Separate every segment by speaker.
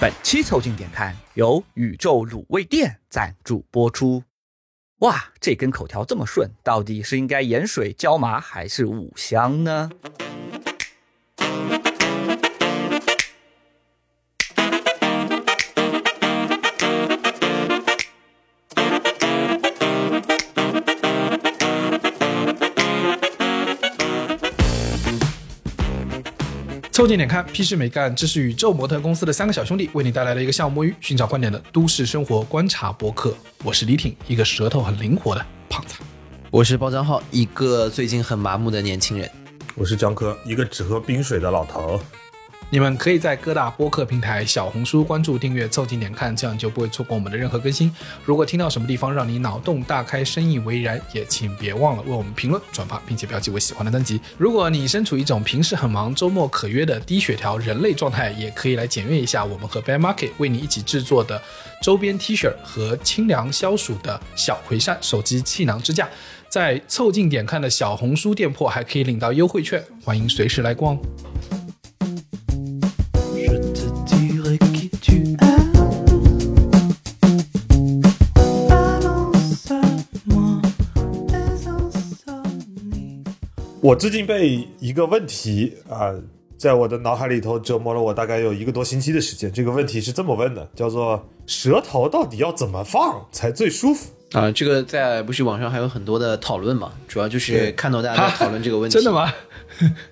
Speaker 1: 本期《凑近点看》由宇宙卤味店赞助播出。哇，这根口条这么顺，到底是应该盐水椒麻还是五香呢？
Speaker 2: 凑近点看，屁事没干。这是宇宙模特公司的三个小兄弟为你带来的一个像摸鱼、寻找观点的都市生活观察播客。我是李挺，一个舌头很灵活的胖子。
Speaker 3: 我是包张浩，一个最近很麻木的年轻人。
Speaker 4: 我是江科，一个只喝冰水的老头。
Speaker 2: 你们可以在各大播客平台、小红书关注、订阅、凑近点看，这样你就不会错过我们的任何更新。如果听到什么地方让你脑洞大开、深以为然，也请别忘了为我们评论、转发，并且标记我喜欢的单集。如果你身处一种平时很忙、周末可约的低血条人类状态，也可以来检阅一下我们和 Bear Market 为你一起制作的周边 T 恤和清凉消暑的小葵扇手机气囊支架。在凑近点看的小红书店铺还可以领到优惠券，欢迎随时来逛哦。
Speaker 5: Je te dirai qui tu es. Balance moi tes insomnies.
Speaker 4: 我最近被一个问题啊、在我的脑海里头折磨了我大概有一个多星期的时间。这个问题是这么问的，叫做“舌头到底要怎么放才最舒服
Speaker 3: 啊、这个在不是网上还有很多的讨论嘛，主要就是看到大家在讨论这个问 题。
Speaker 2: 真的？吗？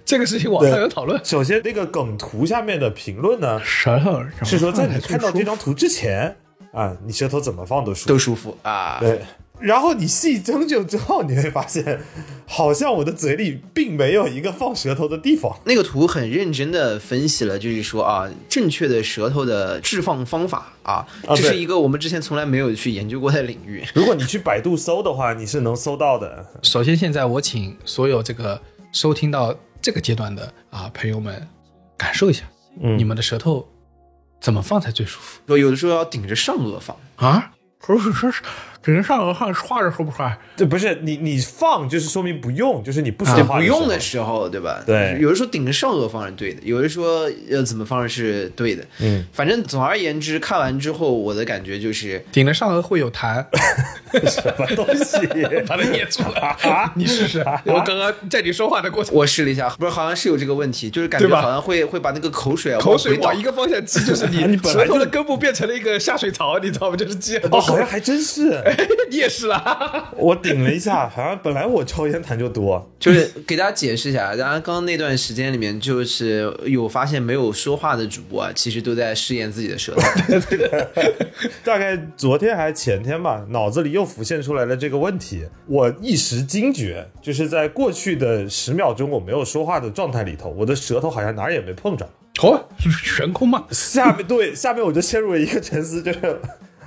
Speaker 2: 这个事情网上有讨论”？。
Speaker 4: 首先，这个梗图下面的评论呢，
Speaker 2: 舌头
Speaker 4: 是说在你看到这张图之前啊，你舌头怎么放都舒服。
Speaker 3: 都舒服啊！
Speaker 4: 对，然后你细斟酌之后，你会发现，好像我的嘴里并没有一个放舌头的地方。
Speaker 3: 那个图很认真的分析了，就是说啊，正确的舌头的置放方法啊，这
Speaker 4: 啊
Speaker 3: 是
Speaker 4: 对
Speaker 3: 一个我们之前从来没有去研究过的领域。
Speaker 4: 如果你去百度搜的话，你是能搜到的。
Speaker 2: 首先，现在我请所有这个收听到这个阶段的啊朋友们，感受一下，
Speaker 4: 嗯
Speaker 2: 你们的舌头怎么放才最舒服
Speaker 3: 说有的时候要顶着上颚放，
Speaker 2: 啊？不是说是给人上颚上画着说不出来，
Speaker 4: 对，不是你你放就是说明不用，就是你不说
Speaker 3: 对，
Speaker 4: 话、
Speaker 3: 不用的。时候，对吧？
Speaker 4: 对
Speaker 3: 有的时候顶着上颚放是对的，有的说呃怎么放是对的。
Speaker 4: 嗯，
Speaker 3: 反正总而言之，看完之后我的感觉就是，
Speaker 2: 顶着上颚会有痰，
Speaker 4: 什么东西？
Speaker 2: 把它噎住了。 啊你试试，我刚刚在你说话的过程，
Speaker 3: 我试了一下，不是好像是有这个问题，就是感觉
Speaker 2: 对吧
Speaker 3: 好像会会把那个口水啊
Speaker 2: 口水
Speaker 3: 往
Speaker 2: 往
Speaker 3: 回
Speaker 2: 一个方向挤，就是 你
Speaker 4: 你本来
Speaker 2: 舌头
Speaker 4: 就
Speaker 2: 的根部变成了一个下水槽，你知道吗？就是挤很
Speaker 4: 哦，
Speaker 2: 多
Speaker 4: 好
Speaker 2: 口
Speaker 4: 像还真是。
Speaker 2: 你也是啊啦。
Speaker 4: 我顶了一下，好像本来我抽烟痰就多。
Speaker 3: 就是给大家解释一下，大家刚刚那段时间里面，就是有发现没有说话的主播啊，其实都在试验自己 的舌头。
Speaker 4: 大概昨天还前天吧，脑子里又浮现出来了这个问题，我一时惊觉，就是在过去的十秒钟我没有说话的状态里头，我的舌头好像哪儿也没碰着。
Speaker 2: 哦，悬空嘛，
Speaker 4: 下面对下面我就陷入了一个沉思，就是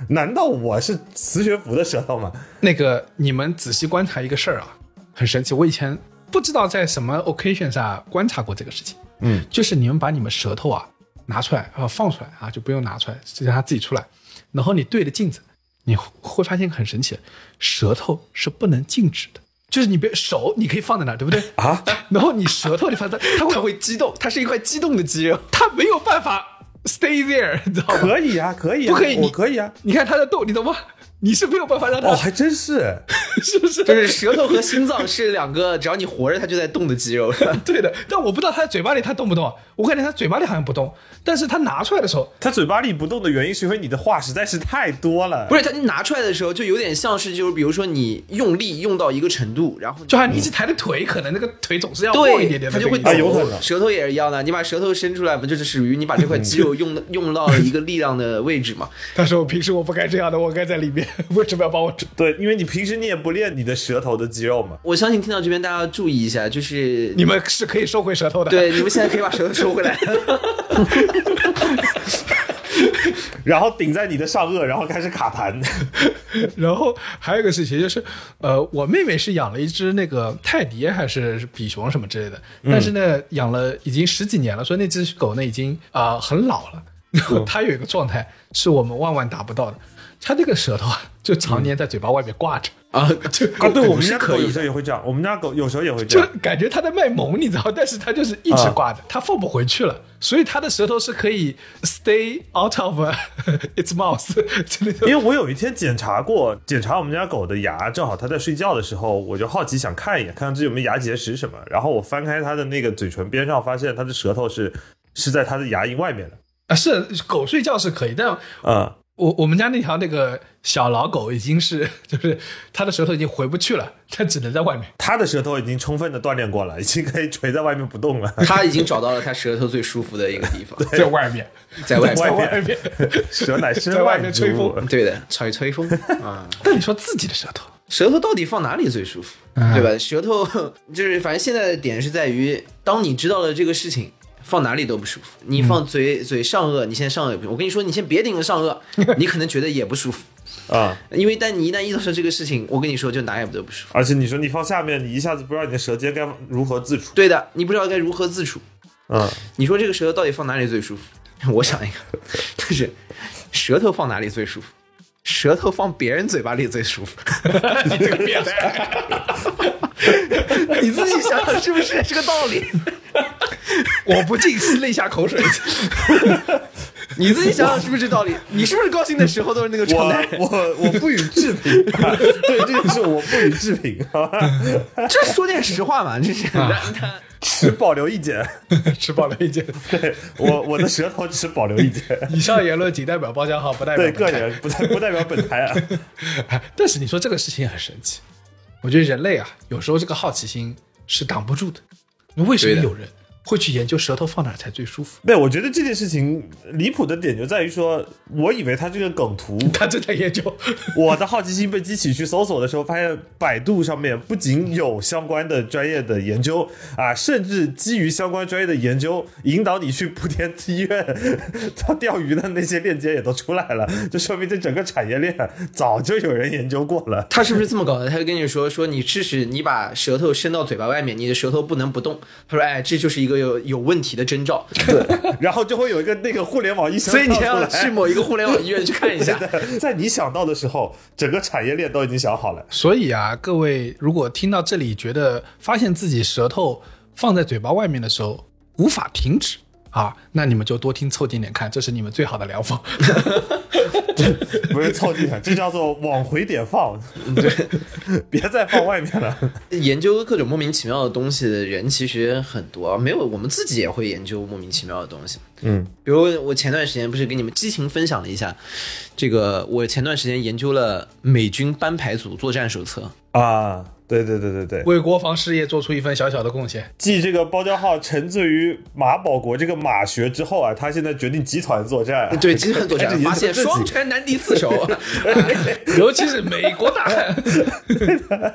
Speaker 4: 难道我是磁悬浮的舌头吗？
Speaker 2: 那个，你们仔细观察一个事儿啊，很神奇。我以前不知道在什么 occasion 下观察过这个事情。
Speaker 4: 嗯，
Speaker 2: 就是你们把你们舌头啊拿出来啊、放出来啊，就不用拿出来，就让它自己出来。然后你对着镜子，你会会发现很神奇，舌头是不能静止的。就是你别手，你可以放在那儿，对不对
Speaker 4: 啊？
Speaker 2: 然后你舌头，你发现它它会会激动，它是一块激动的肌肉，它没有办法 stay there，你知道吗？
Speaker 4: 可以啊，可以、
Speaker 2: 不
Speaker 4: 啊，
Speaker 2: 可以
Speaker 4: 我可以啊。
Speaker 2: 你看它在动，你懂吗？你是没有办法让它，
Speaker 4: 哦，还真是，
Speaker 2: 是不是？
Speaker 3: 就是舌头和心脏是两个，只要你活着，它就在动的肌 肉。
Speaker 2: 对的，但我不知道他在嘴巴里他动不动，我感觉他嘴巴里好像不动，但是他拿出来的时候，
Speaker 4: 他嘴巴里不动的原因是因为你的话实在是太多了。
Speaker 3: 不
Speaker 4: 是，
Speaker 3: 是，它你拿出来的时候，就有点像是，就是比如说你用力用到一个程度，然后
Speaker 2: 就好像你一直抬着腿，可能那个腿总是要后一点
Speaker 3: 对，
Speaker 2: 点
Speaker 3: 它
Speaker 2: 的那个
Speaker 3: 就会
Speaker 2: 意
Speaker 3: 抖。
Speaker 2: 思，
Speaker 4: 哎有可能
Speaker 3: 舌头也是一样的，你把舌头伸出来，不就是属于你把这块肌肉用用到了一个力量的位置嘛？
Speaker 2: 他说：“平时我不该这样的，我该在里面，为什么要把我抓
Speaker 4: 对，因为你平时你也不练你的舌头的肌肉嘛。
Speaker 3: 我相信听到这边大家要注意一下，就是
Speaker 2: 你们是可以收回舌头的。”，
Speaker 3: 对你们现在可以把舌头收回 来。
Speaker 4: 然后顶在你的上颚，然后开始卡痰。
Speaker 2: 然后还有一个事情就是，呃，我妹妹是养了一只那个泰迪还是比熊
Speaker 4: 嗯
Speaker 2: 什么之类的，但是呢，养了已经十几年了，所以那只狗呢已经啊、呃很老了。
Speaker 4: 嗯
Speaker 2: 它有一个状态是我们万万达不到的，它这个舌头啊，就常年在嘴巴外面挂着，
Speaker 3: 啊，这
Speaker 4: 啊，对，
Speaker 3: 狗
Speaker 4: 我们
Speaker 3: 是
Speaker 4: 家
Speaker 3: 可
Speaker 4: 狗有
Speaker 3: 以
Speaker 4: 时
Speaker 3: 的。
Speaker 4: 候也会这样，我们家狗有时候也会这
Speaker 2: 就
Speaker 4: 样。
Speaker 2: 感觉它在卖萌，你知道，但是它就是一直挂着，
Speaker 4: 啊
Speaker 2: 它放不回去了，所以它的舌头是可以 stay out of uh, its mouth 之类的。
Speaker 4: 因为我有一天检查过，检查我们家狗的牙，正好它在睡觉的时候，我就好奇想看一眼，看看这有没有牙结石什么。然后我翻开它的那个嘴唇边上，发现它的舌头是是在它的牙龈外面的。
Speaker 2: 啊，是狗睡觉是可以，但
Speaker 4: 嗯，
Speaker 2: 我我们家那条那个小老狗已经是， 就是它的舌头已经回不去了，它只能在外 面。
Speaker 4: 它的舌头已经充分的锻炼过了，已经可以垂在外面不动 了。
Speaker 3: 他已经找到了他舌头最舒服的一个地方，
Speaker 2: 在外面，
Speaker 3: 在外
Speaker 4: 在
Speaker 2: 在
Speaker 3: 面。
Speaker 2: 外面。
Speaker 4: 舌乃身
Speaker 2: 在外
Speaker 4: 外
Speaker 2: 面
Speaker 4: 之
Speaker 2: 吹
Speaker 4: 物
Speaker 2: 风
Speaker 3: 对的，吹吹风啊，
Speaker 2: 但你说自己的舌头，
Speaker 3: 舌头到底放哪里最舒服，对吧？舌头 就是，反正现在的点是在于，当你知道了这个事情，放哪里都不舒服。你放嘴、嘴上颚，你现在上颚也不，我跟你说，你先别顶着上颚，你可能觉得也不舒服，
Speaker 4: 啊、
Speaker 3: 因为但你一旦意识到这个事情，我跟你说，就哪也都不舒服。
Speaker 4: 而且你说你放下面，你一下子不知道你的舌尖该如何 自处。
Speaker 3: 对的，你不知道该如何自处。
Speaker 4: 嗯，
Speaker 3: 你说这个舌头到底放哪里最舒服？ 我想一个，就是舌头放哪里最舒服？舌头放别人嘴巴里最舒服。
Speaker 2: 你这个变态。
Speaker 3: 你自己想想是不是这个道理？
Speaker 2: 我不禁是泪下口水。
Speaker 3: 你自己想想是不是这道理？你是不是高兴的时候都是那个
Speaker 4: 我
Speaker 3: 状态？
Speaker 4: 我我不予置评、啊，对这个是我不予置评啊，
Speaker 3: 这说点实话嘛，这是。
Speaker 2: 啊
Speaker 4: 持保留意见。
Speaker 2: 吃饱了一件。
Speaker 4: 对我我的舌头持保留意见，
Speaker 2: 以上言论仅代表包厢号，不代表
Speaker 4: 对
Speaker 2: 本
Speaker 4: 个
Speaker 2: 台。
Speaker 4: 人不代不代表本台啊。
Speaker 2: 但是你说这个事情很神奇，我觉得人类啊，有时候这个好奇心是挡不住的。为什么
Speaker 3: 对的
Speaker 2: 有人会去研究舌头放哪儿才最舒服？
Speaker 4: 对，我觉得这件事情离谱的点就在于说，我以为它这个梗图，
Speaker 2: 他正在研究。
Speaker 4: 我的好奇心被激起去搜索的时候，发现百度上面不仅有相关的专业的研究啊，甚至基于相关专业的研究，引导你去莆田医 院到钓鱼的那些链接也都出来了， 就说明这整个产业链早就有人研究过了。
Speaker 3: 他是不是这么搞的？他就跟你说 说，你试试你把舌头伸到嘴巴外面，你的舌头不能不动。他说，哎，这就是一个有有问题的征兆，
Speaker 4: 然后就会有一个那个互联网医生
Speaker 3: 所以
Speaker 4: 跳
Speaker 3: 你
Speaker 4: 出来，
Speaker 3: 要去某一个互联网医院去看一 下。
Speaker 4: 在你想到的时候，整个产业链都已经想好了。
Speaker 2: 所以啊，各位如果听到这里觉得发现自己舌头放在嘴巴外面的时候无法停止啊，那你们就多听凑近点看，这是你们最好的疗法。
Speaker 4: 不是凑近点，这叫做往回点放， 对，别再放外面了。
Speaker 3: 研究各种莫名其妙的东西的人其实很多，没有我们自己也会研究莫名其妙的东西。
Speaker 4: 嗯，
Speaker 3: 比如我前段时间不是跟你们激情分享了一下，这个我前段时间研究了美军班牌组作战手册，
Speaker 4: 啊，对对对对对，
Speaker 2: 为国防事业做出一份小小的贡献。
Speaker 4: 继这个包浆号沉醉于马保国这个马学之后啊，他现在决定集团作战，
Speaker 3: 对，集团作
Speaker 4: 开
Speaker 3: 战
Speaker 4: 始研究
Speaker 3: 发现
Speaker 4: 自己
Speaker 3: 双拳难敌四手，
Speaker 2: 尤其是美国大汉，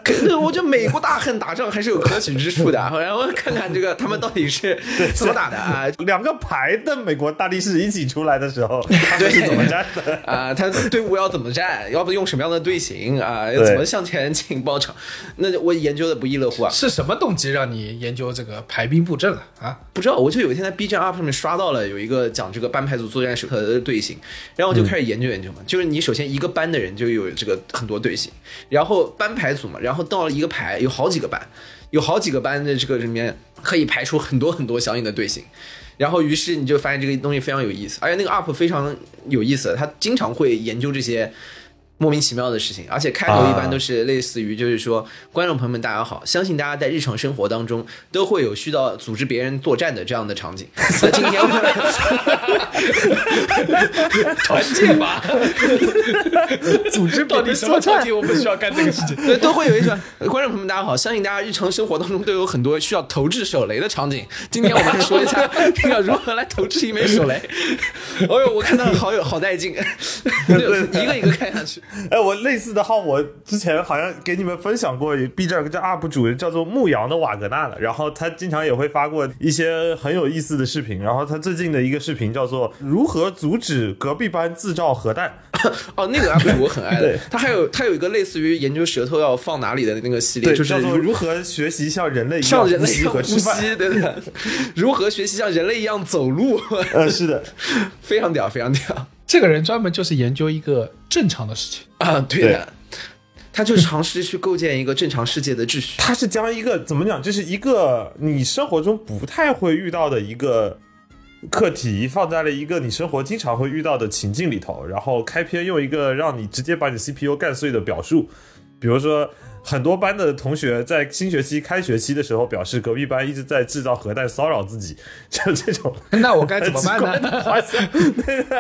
Speaker 3: 可是我觉得美国大汉打仗还是有可取之处的，啊然后看看这个他们到底是怎么打的啊。
Speaker 4: 两个牌的美国大力士一起出来的时 候，他们是怎么站的？
Speaker 3: 啊、他队伍要怎么站，要不用什么样的队形啊、要
Speaker 4: 对
Speaker 3: 怎么向前进包场？那我研究的不亦乐乎啊！
Speaker 2: 是什么动机让你研究这个排兵布阵了啊？
Speaker 3: 不知道，我就有一天在 B 站 UP 上面刷到了有一个讲这个班牌组作战手册的队形，然后我就开始研究研究嘛。就是你首先一个班的人就有这个很多队形，然后班牌组嘛，然后到了一个排有好几个班，有好几个班的这个里面可以排出很多很多相应的队形。然后，于是你就发现这个东西非常有意思，而且那个 UP 非常有意思，他经常会研究这些莫名其妙的事情，而且开头一般都是类似于就是说，观众朋友们大家好，相信大家在日常生活当中都会有需要组织别人作战的这样的场景。那今天
Speaker 2: 团建吧，组织到底什么场景我们需要干这个事情？
Speaker 3: 对，都会有一 种观众朋友们，大家好！相信大家日常生活当中都有很多需要投掷手雷的场景。今天我们说一 下要如何来投掷一枚 手雷。哦呦，我看到好有好带 劲，一个一个看下去。
Speaker 4: 哎，我类似的号，我之前好像给你们分享过，B 站有个叫 UP 主叫做牧羊的瓦格纳的，然后他经常也会发过一些很有意思的视频，然后他最近的一个视频叫做如何何阻止隔壁班自造核弹？
Speaker 3: 哦，那个 UP 主我很爱的
Speaker 4: 对，
Speaker 3: 他还有他有一个类似于研究舌头要放哪里的那个系列，
Speaker 4: 对，
Speaker 3: 就是
Speaker 4: 叫做
Speaker 3: 如
Speaker 4: 如何学习像人类一样
Speaker 3: 像人
Speaker 4: 呼
Speaker 3: 类一
Speaker 4: 吸
Speaker 3: 样
Speaker 4: 和
Speaker 3: 呼
Speaker 4: 吃饭。
Speaker 3: 吸，对不对？ 如何学习像人类一样走路，
Speaker 4: 呃， 是的，
Speaker 3: 非常屌，非常屌
Speaker 2: 这个人专门就是研究一个正常的事情，
Speaker 3: 啊！对的，他就尝试去构建一个正常世界的秩序。
Speaker 4: 它是将一个怎么讲，就是一个你生活中不太会遇到的一个课题，放在了一个你生活经常会遇到的情境里头，然后开篇用一个让你直接把你 CPU 干碎的表述，比如说。很多班的同学在新学期开学期的时候表示，隔壁班一直在制造核弹骚扰自己， 就这种
Speaker 2: 那我该怎么办呢？
Speaker 4: 呢？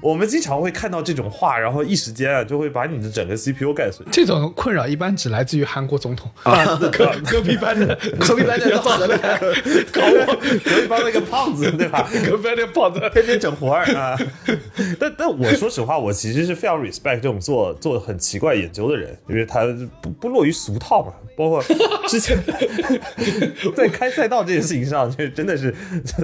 Speaker 4: 我们经常会看到这种话，然后一时间啊，就会把你的整个 CPU 干碎。
Speaker 2: 这种困扰一般只来自于韩国总统啊，隔隔壁班的
Speaker 3: 隔壁班的造的
Speaker 4: 搞我，隔壁班那个胖 子，对吧？
Speaker 2: 隔壁班的 胖子，
Speaker 4: 天天整活儿啊！ 但但我说实话，我其实是非常 respect 这种做做很奇怪研究的人，因为他不不落于俗套嘛。包括之前 在开赛道这件事情上，就是真的是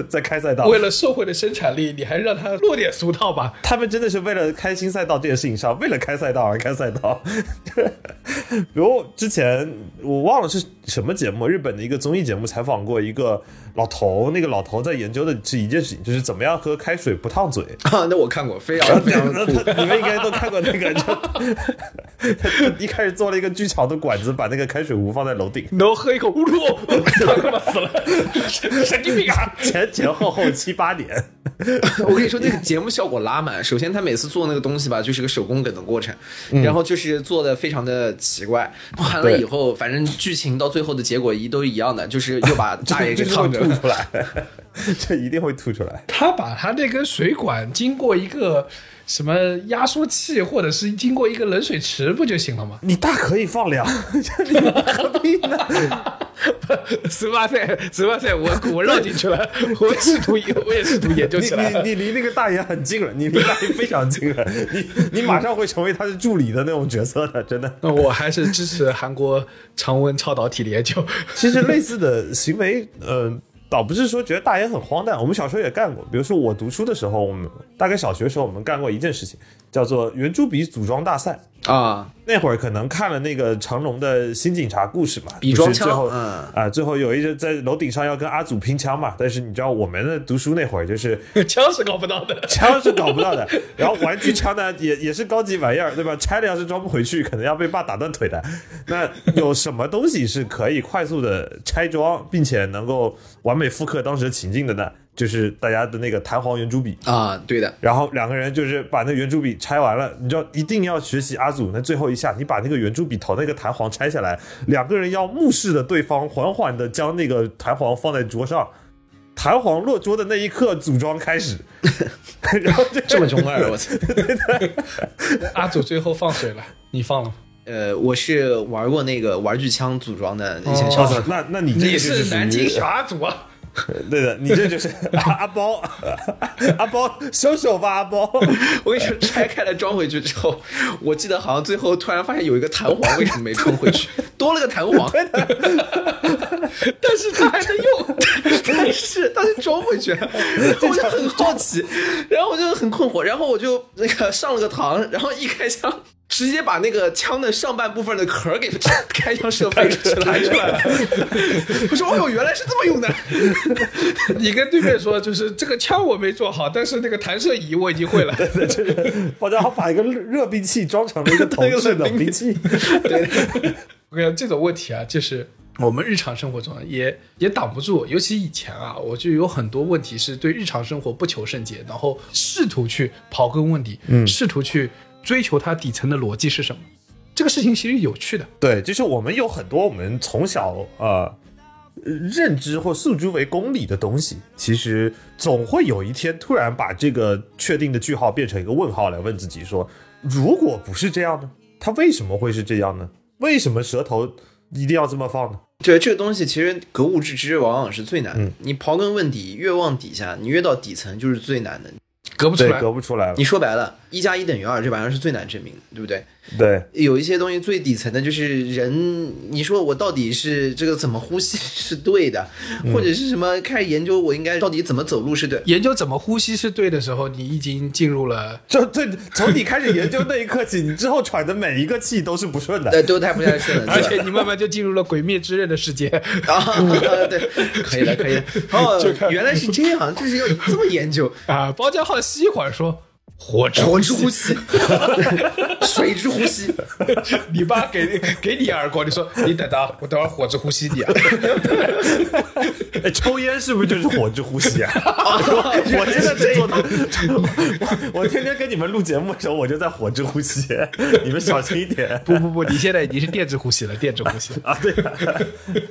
Speaker 4: 在开赛道，
Speaker 2: 为了社会的生产力，你还让他落点俗套吧？
Speaker 4: 他们真的是为了开新赛道这件事情上，为了开赛道而开赛道。 比如之前我忘了是什么节目，日本的一个综艺节目采访过一个老头，那个老头在研究的是一件事情，就是怎么样喝开水不烫 嘴。
Speaker 3: 啊！那我看过，非常非常酷。
Speaker 4: 你们应该都看过那个，就 他一开始做了一个巨长的管子，把那个开水壶放在楼顶，
Speaker 2: 然后喝一口，呜 噜，他妈死了，神神经病啊！
Speaker 4: 前前后后七八年。
Speaker 3: 我跟你说，那个节目效果拉满。首先，他每次做那个东西吧，就是个手工梗的过程，
Speaker 4: 嗯
Speaker 3: 然后就是做的非常的奇怪。完了以后，反正剧情到最后的结果一都一样的，就是又把大爷给
Speaker 4: 这是会
Speaker 3: 烫着
Speaker 4: 吐
Speaker 3: 了。
Speaker 4: 出来，这一定会吐出来。
Speaker 2: 他把他那根水管经过一个什么压缩器，或者是经过一个冷水池，不就行了吗？
Speaker 4: 你大可以放凉，
Speaker 2: 十八岁，十八岁，我我绕进去 了，我试图我也试图研究
Speaker 4: 你
Speaker 2: 起来了。
Speaker 4: 你你离那个大爷很近了，你离大爷非常近了，你你马上会成为他的助理的那种角色的，真的。
Speaker 2: 那我还是支持韩国常温超导体的研究。
Speaker 4: 其实类似的行为，呃，倒不是说觉得大爷很荒诞，我们小时候也干过。比如说我读书的时候，我们大概小学的时候，我们干过一件事情，叫做圆珠笔组装大赛。
Speaker 3: 啊，
Speaker 4: 那会儿可能看了那个成龙的《新警察故事》嘛，
Speaker 3: 笔装
Speaker 4: 就是最
Speaker 3: 枪
Speaker 4: 后
Speaker 3: 嗯
Speaker 4: 啊、最后有一人在楼顶上要跟阿祖拼枪嘛。但是你知道我们的读书那会儿就是
Speaker 2: 枪是搞不到的。
Speaker 4: 枪是搞不到的，然后玩具枪呢也也是高级玩意儿，对吧？拆了要是装不回去，可能要被爸打断腿的。那有什么东西是可以快速的拆装，并且能够完美复刻当时的情境的呢？就是大家的那个弹簧圆珠笔。
Speaker 3: 啊，对的，
Speaker 4: 然后两个人就是把那圆珠笔拆完了，你知道一定要学习阿祖那最后一下，你把那个圆珠笔头那个弹簧拆下来，两个人要目视着对方，缓缓的将那个弹簧放在桌上， 弹簧落桌的那一刻组装开始，然后这
Speaker 3: 这么中二，我操！
Speaker 2: 阿祖最后放水了，你放了吗？
Speaker 3: 呃，我是玩过那个玩具枪组 装的，以前
Speaker 4: 我
Speaker 3: 小时候，
Speaker 4: 操 那那你这个就是属于
Speaker 2: 阿祖啊？
Speaker 4: 对的，你这 就是阿阿包，阿包收手吧，阿包。
Speaker 3: 我跟你说，拆开了装回去之后，我记得好像最后突然发现有一个弹簧，为什么没装回去？多了个弹簧，
Speaker 2: 但是他还能用。
Speaker 3: 但是但是装回去了，然后我就很好奇，然后我就很困惑，然后我就那个上了个膛，然后一开枪，直接把那个枪的上半部分的壳给开枪射飞出去了，出来了。我说哦哟，原来是这么用的，
Speaker 2: 你跟对面说，就是这个枪我没做好，但是那个弹射椅我已经会 了。
Speaker 4: 包家豪把一个热热兵器装成 了一个投掷冷兵器，
Speaker 2: 我跟你讲，这种问题啊，就是我们日常生活中啊也也挡不住，尤其以前啊，我就有很多问题是对日常生活不求甚解，然后试图去刨根问底，嗯，试图去追求它底层的逻辑是什么。这个事情其实有趣的，
Speaker 4: 对，就是我们有很多我们从小呃认知或诉诸为公理的东西，其实总会有一天突然把这个确定的句号变成一个问号来问自己说：如果不是这样呢？它为什么会是这样呢？为什么舌头一定要这么放呢？
Speaker 3: 对这个东西，其实格物致知往往是最难的。
Speaker 4: 嗯
Speaker 3: 你刨根问底，越往底下，你越到底层就是最难的。
Speaker 2: 隔不出
Speaker 4: 对，
Speaker 2: 来。
Speaker 4: 隔不出来了
Speaker 3: 你。说白了，一加一等于二，这玩意儿是最难证明的，对不对？
Speaker 4: 对，
Speaker 3: 有一些东西最底层的就是人，你说我到底是这个怎么呼吸是对的，或者是什么开始研究我应该到底怎么走路是对。
Speaker 2: 研究怎么呼吸是对的时候，你已经进入了
Speaker 4: 就这从你开始研究那一刻起，你之后喘的每一个气都是不顺的。
Speaker 3: 呃，都太不太顺了，
Speaker 2: 而
Speaker 3: 对
Speaker 2: 且你慢慢就进入了《鬼灭之刃》的世界。
Speaker 3: 啊， 对，可以了，可以了。 哦，原来是这样，就是要这么研究，
Speaker 2: 啊，包浆浩吸一会儿说活着，
Speaker 3: 火之呼 吸，水之呼吸，
Speaker 2: 你爸给给你一耳光，你说你等等，我等会儿火之呼吸你啊。
Speaker 4: 哎 抽烟是不是就是火之呼吸 啊？我我真的是做到，我我天天跟你们录节目的时候，我就在火之呼吸，你们小心一点。
Speaker 2: 不不不，你现在已经是电子呼吸了，电子呼吸。
Speaker 4: 啊，对啊，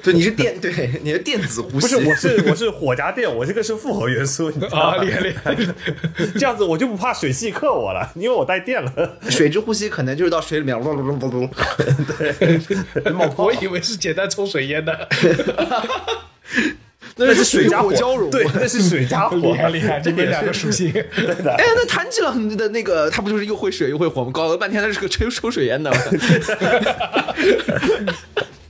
Speaker 3: 对，你是电，对， 你是电子呼
Speaker 4: 不
Speaker 3: 吸，
Speaker 4: 是，我是我是火加电，我这个是复合元素，你知 道
Speaker 2: 啊，
Speaker 4: 吗
Speaker 2: 厉？害厉害！
Speaker 4: 这样子我就不怕水系克我了，因为我带电了。
Speaker 3: 水之呼吸可能就是到水里面，嗡嗡嗡嗡，
Speaker 2: 我以为是简单抽水 烟的，
Speaker 3: 那
Speaker 4: 是水加
Speaker 3: 火
Speaker 4: 火
Speaker 3: 交 融，
Speaker 4: 对，那是水加火，
Speaker 2: 厉害厉害！
Speaker 4: 这
Speaker 2: 你
Speaker 4: 也
Speaker 2: 们两
Speaker 4: 是
Speaker 2: 个属性，
Speaker 3: 哎，那谭志郎的那个，他不就是又会水又会火吗？搞了半天他是个抽抽水烟的，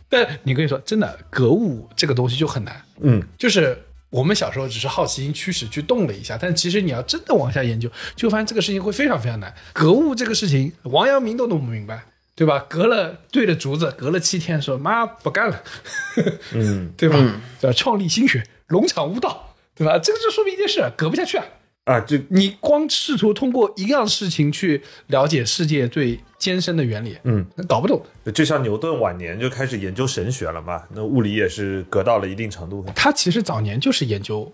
Speaker 2: 但你可以说，真的格物这个东西就很难。
Speaker 4: 嗯，
Speaker 2: 就是我们小时候只是好奇心驱使去动了一下，但其实你要真的往下研究，就发现这个事情会非常非常难。格物这个事情，王阳明都弄不明白，对吧？隔了对着竹子，隔了七天说妈不干了，嗯， 对吧？对吧？创立新学，农场悟道，对吧？这个就说明一件事，隔不下去啊。
Speaker 4: 啊，就
Speaker 2: 你光试图通过一样事情去了解世界最艰深的原理，
Speaker 4: 嗯，
Speaker 2: 搞不懂。
Speaker 4: 就像牛顿晚年就开始研究神学了嘛，那物理也是隔到了一定程度。
Speaker 2: 他其实早年就是研究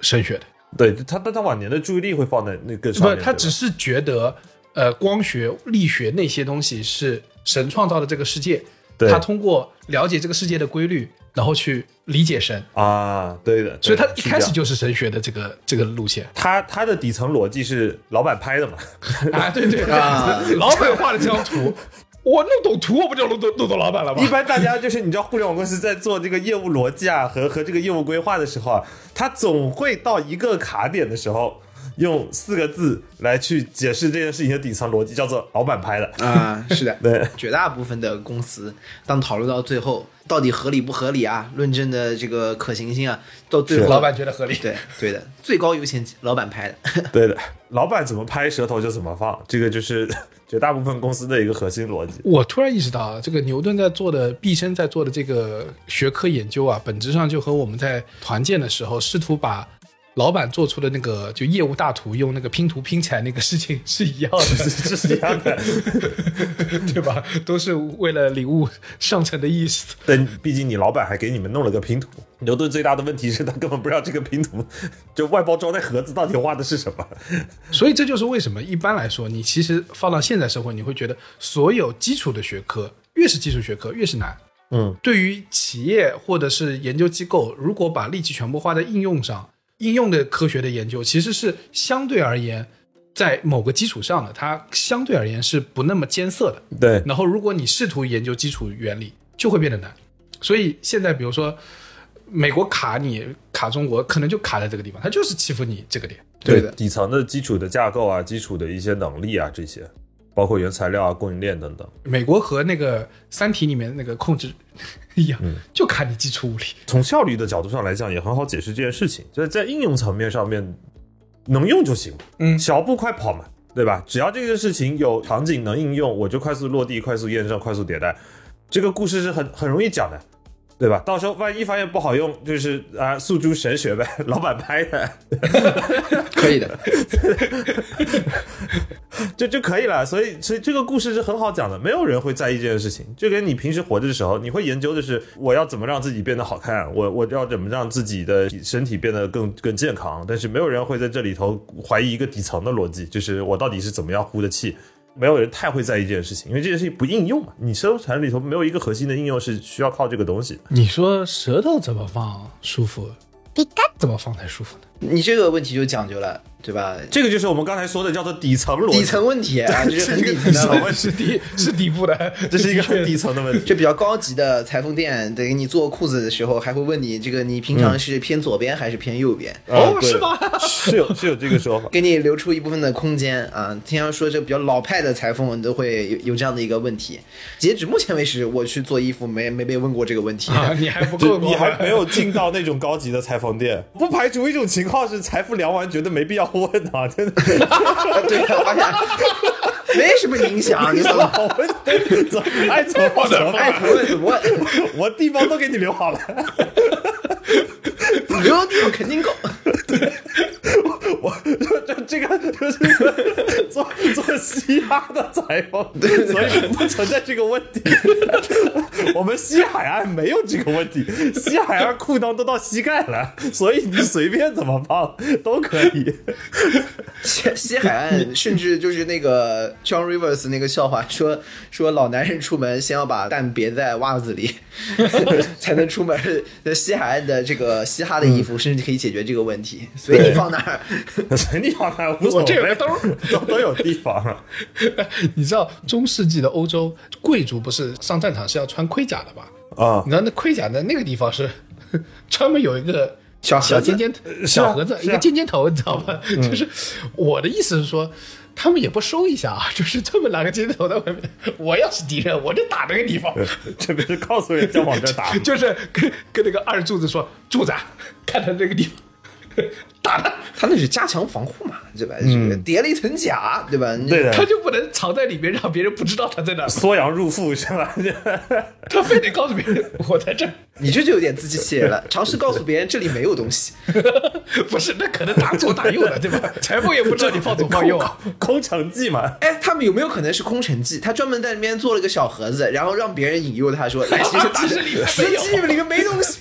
Speaker 2: 神学的，
Speaker 4: 对他，但他晚年的注意力会放在那个上
Speaker 2: 不
Speaker 4: 面。，
Speaker 2: 他只
Speaker 4: 是
Speaker 2: 是觉得，呃，光学、力学那些东西是神创造的这个世界，
Speaker 4: 对
Speaker 2: 他通过了解这个世界的规律，然后去理解神，
Speaker 4: 啊，对的，
Speaker 2: 所以他
Speaker 4: 对
Speaker 2: 一
Speaker 4: 是
Speaker 2: 开
Speaker 4: 这
Speaker 2: 始
Speaker 4: 样
Speaker 2: 就是神学的这个这个路线
Speaker 4: 他他的底层逻辑是老板拍的嘛，
Speaker 2: 啊，对对
Speaker 3: 啊
Speaker 2: 老板画了这张图，我弄懂图，我不就弄懂弄懂老板了吗
Speaker 4: 一？般大家就是你知道，互联网公司在做这个业务逻辑啊和和这个业务规划的时候啊，他总会到一个卡点的时候，用四个字来去解释这件事情的底层逻辑，叫做“老板拍的
Speaker 3: 啊，是的，
Speaker 4: 对，
Speaker 3: 绝大部分的公司，当讨论到最后，到底合理不合理啊，论证的这个可行性啊，到最后，
Speaker 2: 老板觉得合理，
Speaker 3: 对对的，最高优先级，老板拍的，”。
Speaker 4: 对的，老板怎么拍，舌头就怎么放，这个就是绝大部分公司的一个核心逻辑。
Speaker 2: 我突然意识到啊，这个牛顿在做的、毕生在做的这个学科研究啊，本质上就和我们在团建的时候试图把老板做出的那个就业务大图用那个拼图拼起来那个事情是一样
Speaker 4: 这
Speaker 2: 的，
Speaker 4: 这哦是一样 的，
Speaker 2: 对吧？都是为了领悟上层的意思。
Speaker 4: 但毕竟你老板还给你们弄了个拼图。牛顿最大的问题是他根本不知道这个拼图，就外包装那盒子到底画的是什么。
Speaker 2: 所以这就是为什么一般来说，你其实放到现在社会，你会觉得所有基础的学科，越是基础学科越是难。
Speaker 4: 嗯，
Speaker 2: 对于企业或者是研究机构，如果把力气全部花在应用上，应用的科学的研究其实是相对而言，在某个基础上的，它相对而言是不那么艰涩的。
Speaker 4: 对，
Speaker 2: 然后，如果你试图研究基础原理，就会变得难。所以现在，比如说美国卡你卡中国，可能就卡在这个地方，它就是欺负你这个点。
Speaker 3: 对的
Speaker 4: 底层的基础的架构啊，基础的一些能力啊，这些，包括原材料啊、供应链等等。
Speaker 2: 美国和那个《三体》里面那个控制一样，
Speaker 3: 嗯
Speaker 2: 就卡你基础物理。
Speaker 4: 从效率的角度上来讲，也很好解释这件事情，就是在应用层面上面能用就行嘛，
Speaker 2: 嗯
Speaker 4: 小步快跑嘛，对吧？只要这个事情有场景能应用，我就快速落地、快速验证、快速迭代，这个故事是很很容易讲的。对吧？到时候万一发现不好用，就是啊、诉诸神学呗， 老板拍的，
Speaker 3: 可以 的，
Speaker 4: 就就可以了。所以，所以这个故事是很好讲的，没有人会在意这件事情。就跟你平时活着的时候，你会研究的是我要怎么让自己变得好看，我我要怎么让自己的身体变得更更健康。但是没有人会在这里头怀疑一个底层的逻辑，就是我到底是怎么样呼的气。没有人太会在意这件事情，因为这件事情不应用嘛。你生产里头没有一个核心的应用是需要靠这个东西的。
Speaker 2: 你说舌头怎么放舒服？怎么放才舒服呢？
Speaker 3: 你这个问题就讲究了，对吧？
Speaker 4: 这个就是我们刚才说的叫做底层逻辑，
Speaker 3: 底层问题 啊，这是很底层
Speaker 4: 底
Speaker 3: 的
Speaker 4: 层
Speaker 3: 问
Speaker 4: 问
Speaker 3: 题
Speaker 4: 题。
Speaker 2: 是底是底部的，
Speaker 4: 这是一个很底层的问题。
Speaker 3: 这比较高级的裁缝店，得给你做裤子的时候，还会问你这个你平常是偏左边还是偏右边，
Speaker 4: 哦，是吗？是有是有这个说法。
Speaker 3: 给你留出一部分的空间啊。经常说这比较老派的裁缝都会有有这样的一个问题。截止目前为止，我去做衣服没没被问过这个问 题。
Speaker 2: 啊， 你还不
Speaker 4: 就
Speaker 2: 够，啊
Speaker 4: 你还没有进到那种高级的裁缝店， 不排除一种情况是财富聊完觉得没必要问啊， 真的，
Speaker 3: 对，发 现没什么影响，你怎 么
Speaker 4: 我们怎么爱怎么放怎么
Speaker 3: 爱
Speaker 4: 放
Speaker 3: 怎么问怎么问？
Speaker 4: 我地方都给你留好了，
Speaker 3: 留地方肯定够。
Speaker 4: 我这这个这是做做嘻哈的裁缝，所以不存在这个问题。 我们西海岸没有这个问题，西海岸裤裆都到膝盖了，所以你随便怎么放都可以。
Speaker 3: 西西海岸，甚至就是那个 John Rivers 那个笑话，说说老男人出门先要把蛋别在袜子 里，才能出门。那西海岸的这个嘻哈的衣服，甚至可以解决这个问题，随你放哪儿。
Speaker 4: 随你好看，无所
Speaker 2: 我这有
Speaker 4: 谓，
Speaker 2: 个兜
Speaker 4: 都都有地方。 啊
Speaker 2: 你知道中世纪的欧洲贵族不是上战场是要穿盔甲的吧？
Speaker 4: 啊
Speaker 2: 你知道那盔甲在那个地方是 专门有一个
Speaker 3: 小盒子
Speaker 2: 尖尖
Speaker 4: 啊
Speaker 2: 小盒子，
Speaker 4: 是
Speaker 2: 一
Speaker 4: 啊嗯
Speaker 2: 个尖尖头，你知道吧？就是我的意思是说。他们也不收一下啊，就是专门拿个尖尖头在外面。我要是敌人，我就打那个地方，，
Speaker 4: 这不是告诉人家往这打
Speaker 2: 就是跟跟那个二柱子说：“柱子啊，看他那个地方，打他，
Speaker 3: 他那是加强防护嘛，对吧？这个叠了一层甲，嗯对吧？你
Speaker 4: 对的
Speaker 2: 他就不能藏在里面，让别人不知道他在哪儿。
Speaker 4: 缩阳入腹是吧？
Speaker 2: 他非得告诉别人我在这儿。
Speaker 3: 你这就有点自欺欺人了，尝试告诉别人这里没有东西。
Speaker 2: 不是，那可能打左打右的，对吧？裁缝也不知道你放左放右啊。
Speaker 4: 空城计嘛，
Speaker 3: 哎，他们有没有可能是空城计？他专门在那边做了个小盒子，然后让别人引诱他说：“来， 其实打
Speaker 2: 其实里面
Speaker 3: 实
Speaker 2: 没有
Speaker 3: 际里面没东 西，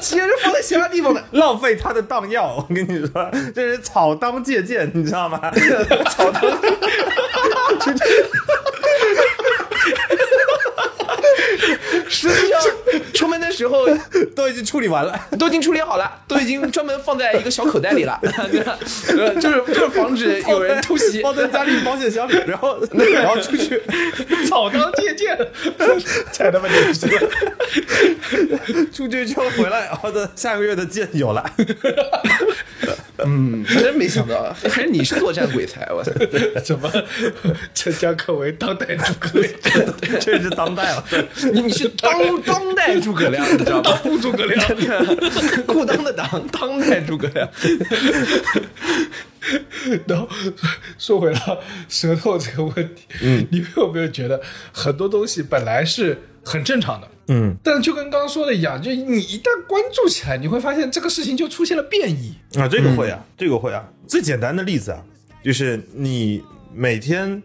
Speaker 3: 其实放在其他地方的。
Speaker 4: 浪费他的当药。我跟你说，这是草当借鉴，你知道吗？
Speaker 3: 草堂实际上，出门的时候
Speaker 4: 都已经处理完了。
Speaker 3: 都已经处理好了，都已经专门放在一个小口袋里了，对吧呃就是就是防止有人偷袭。
Speaker 4: 放在家里保险箱里，然 后然后出 去，
Speaker 2: 草当借鉴，太他妈牛逼了！
Speaker 4: 出去之后回来，然后的下个月的剑有了。
Speaker 3: 真没想到，还是你是作战鬼才，我操！
Speaker 2: 怎么？这江可为当代诸葛亮，
Speaker 4: 这是当代了，
Speaker 3: 你你是当当代诸葛亮，你知道吗？
Speaker 2: 当不诸葛亮。
Speaker 3: 裤裆的裆，当代诸葛亮。
Speaker 2: 然后说回到舌头这个问题，嗯，你们有没有觉得很多东西本来是很正常的，嗯，但就跟刚刚说的一样，就你一旦关注起来，你会发现这个事情就出现了变异。
Speaker 4: 啊，这
Speaker 2: 嗯
Speaker 4: 个会啊，这个会啊。最简单的例子啊，就是你每天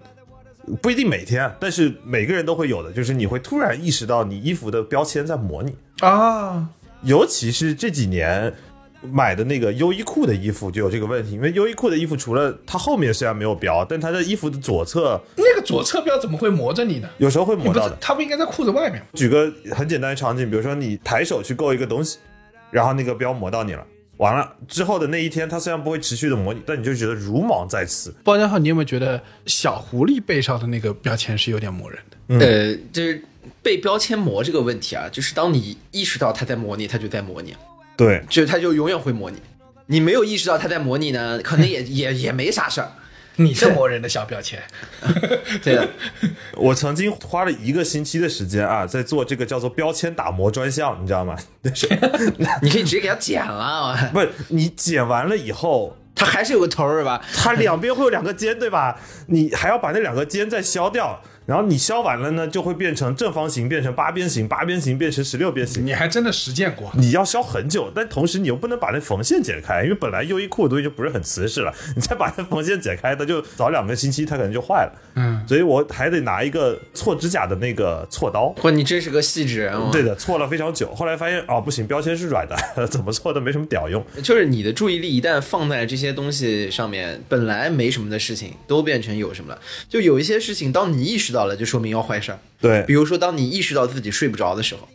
Speaker 4: 不一定每天啊，但是每个人都会有的，就是你会突然意识到你衣服的标签在模拟
Speaker 2: 啊，
Speaker 4: 尤其是这几年买的那个优衣库的衣服就有这个问题，因为优衣库的衣服除了它后面虽然没有标，但它的衣服的左侧
Speaker 2: 那个左侧标怎么会磨着你呢？
Speaker 4: 有时候会
Speaker 2: 你
Speaker 4: 磨
Speaker 2: 不
Speaker 4: 到
Speaker 2: 是
Speaker 4: 的，。
Speaker 2: 它不应该在裤子外面吗？
Speaker 4: 举个很简单的场景，比如说你抬手去够一个东西，然后那个标磨到你了，完了之后的那一天，它虽然不会持续的磨你，但你就觉得如芒在刺。
Speaker 2: 包家浩，你有没有觉得小狐狸背上的那个标签是有点磨人的？
Speaker 3: 呃，就是被标签磨这个问题啊，就是当你意识到他在模拟，他就在模拟，
Speaker 4: 对，
Speaker 3: 就是他就永远会模拟。你没有意识到他在模拟呢，可能也也也没啥事儿。
Speaker 2: 你是磨人的小标签，
Speaker 3: 对啊的，
Speaker 4: 我曾经花了一个星期的时间啊，在做这个叫做标签打磨专项，你知道吗？ 就是
Speaker 3: 你可以直接给他剪了，啊
Speaker 4: 不是你剪完了以后，
Speaker 3: 他还是有个头儿是吧？
Speaker 4: 它两边会有两个尖，对吧？你还要把那两个尖再削掉，然后你削完了呢，就会变成正方形，变成八边形，八边形变成十六边形。
Speaker 2: 你还真的实践过。
Speaker 4: 你要削很久，但同时你又不能把那缝线剪开，因为本来优衣库的东西就不是很瓷实了，你再把那缝线剪开，它就早两个星期它可能就坏了。
Speaker 2: 嗯，
Speaker 4: 所以我还得拿一个搓指甲的那个锉刀。
Speaker 3: 或你真是个细致人哦。
Speaker 4: 对的，搓了非常久，后来发现哦不行，标签是软的， 怎么搓都没什么屌用。
Speaker 3: 就是你的注意力一旦放在这些东西上面，本来没什么的事情都变成有什么了。就有一些事情，当你意识到了，就说明要坏事儿。
Speaker 4: 对
Speaker 3: 比，如说，当你意识到自己睡不着的时候，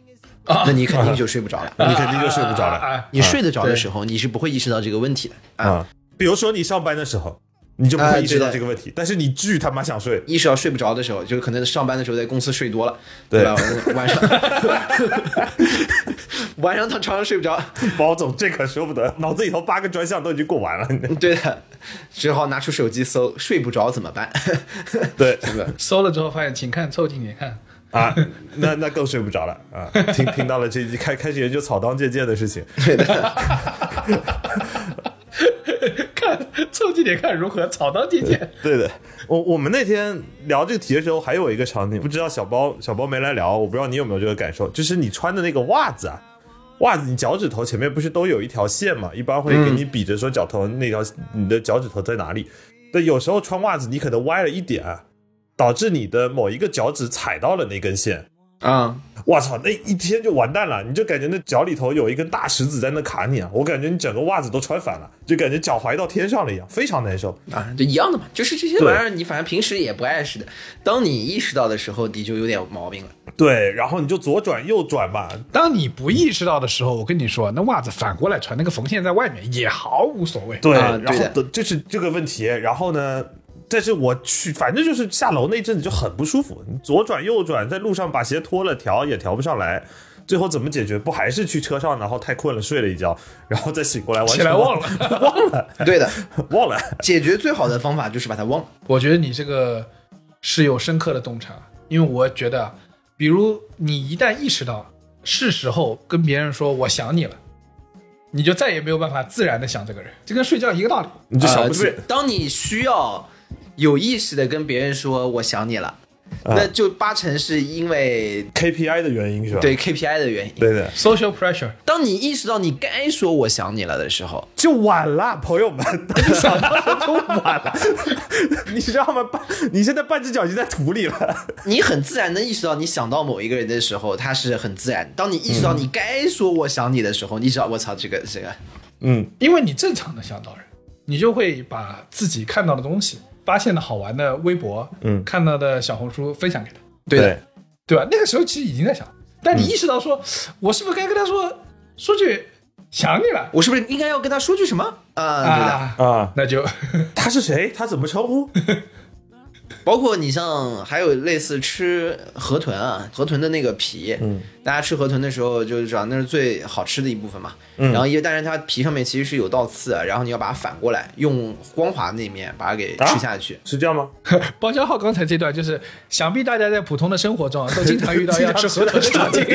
Speaker 3: 那你肯定就睡不着了。
Speaker 4: 你肯定就睡不着了
Speaker 2: 啊，
Speaker 3: 你睡得着的时候，你是不会意识到这个问题的啊。
Speaker 4: 啊。比如说你上班的时候，你就不
Speaker 3: 啊
Speaker 4: 会意识
Speaker 3: 对
Speaker 4: 到
Speaker 3: 的
Speaker 4: 这个问题，但是你巨他妈想睡，
Speaker 3: 意识到睡不着的时候，就是可能上班的时候在公司睡多了，
Speaker 4: 对
Speaker 3: 吧？晚上 晚上他常常睡不着，
Speaker 4: 包总这可舍不得，脑子里头八个专项都已经过 完了。
Speaker 3: 对的，只好拿出手机搜睡不着怎么办？
Speaker 4: 对
Speaker 3: 是吧？
Speaker 2: 搜了之后发现，请看凑近点看，
Speaker 4: 啊，那那更睡不着了啊！听听到了这一集，开开始研究草当借鉴的事情，
Speaker 2: 看凑近点看如何草当借鉴。
Speaker 4: 对的，我我们那天聊这个题的时候，还有一个场景，不知道小包小包没来聊，我不知道你有没有这个感受，就是你穿的那个袜子啊，袜子你脚趾头前面不是都有一条线嘛，一般会给你比着说脚头那条、你的脚趾头在哪里，但有时候穿袜子你可能歪了一点、啊，导致你的某一个脚趾踩到了那根线，
Speaker 3: 啊、
Speaker 4: 我操，那一天就完蛋了，你就感觉那脚里头有一根大石子在那卡你啊，我感觉你整个袜子都穿反了，就感觉脚踝到天上了一样，非常难受。
Speaker 3: 啊，就一样的嘛，就是这些
Speaker 4: 对
Speaker 3: 玩意儿，你反正平时也不碍事的。当你意识到的时候，你就有点毛病了。
Speaker 4: 对，然后你就左转右转嘛，
Speaker 2: 当你不意识到的时候，我跟你说，那袜子反过来穿，那个缝线在外面也毫无所谓。
Speaker 4: 对，
Speaker 3: 啊
Speaker 4: 然
Speaker 3: 对
Speaker 4: 后
Speaker 3: 的
Speaker 4: 的就是这个问题，然后呢，但是我去，反正就是下楼那阵子就很不舒服，你左转右转，在路上把鞋脱了调也调不上来，最后怎么解决？不还是去车上，然后太困了睡了一觉，然后再醒过来，完全
Speaker 2: 起来忘
Speaker 4: 了，
Speaker 2: 了。
Speaker 4: 忘了，
Speaker 3: 对的，
Speaker 4: 忘了，
Speaker 3: 解决最好的方法就是把它忘了。
Speaker 2: 我觉得你这个是有深刻的洞察，因为我觉得，啊比如你一旦意识到是时候跟别人说我想你了，你就再也没有办法自然的想这个人，这跟睡觉一个道理。
Speaker 4: 你就想
Speaker 3: 呃
Speaker 4: 不起
Speaker 3: 是， 当你需要有意识的跟别人说“我想你了”，
Speaker 4: 啊
Speaker 3: 那就八成是因为
Speaker 4: KPI 的原因是吧？
Speaker 3: 对 KPI 的原因。
Speaker 4: 对的，
Speaker 2: Social pressure，
Speaker 3: 当你意识到你该说“我想你了”的时候，
Speaker 4: 就晚了，朋友们，你想到时候就晚了， 你知道吗？半，你现在半只脚已经在土里了。
Speaker 3: 你很自然的意识到你想到某一个人的时候，他是很自然。当你意识到你该说“我想你”的时候，你知道我操，这个这个
Speaker 4: 嗯，
Speaker 2: 因为你正常的想到人，你就会把自己看到的东西、发现的好玩的微博、
Speaker 4: 嗯
Speaker 2: 看到的小红书分享给他，
Speaker 3: 对的。
Speaker 2: 对吧？那个时候其实已经在想，但你意识到说，我是不是该跟他说说句想你了
Speaker 3: 我是不是应该要跟他说句什么？啊，对的。
Speaker 2: 啊？
Speaker 4: 啊，
Speaker 2: 那就
Speaker 4: 他是谁？他怎么称呼？
Speaker 3: 包括你像还有类似吃河豚啊，河豚的那个皮，嗯，大家吃河豚的时候就是知道那是最好吃的一部分嘛。嗯然后因为但是它皮上面其实是有倒刺的，然后你要把它反过来，用光滑那面把它给吃下去。
Speaker 4: 是这样吗？
Speaker 2: 包家浩刚才这段就是，想必大家在普通的生活中啊，都经常遇到要吃河豚的场景。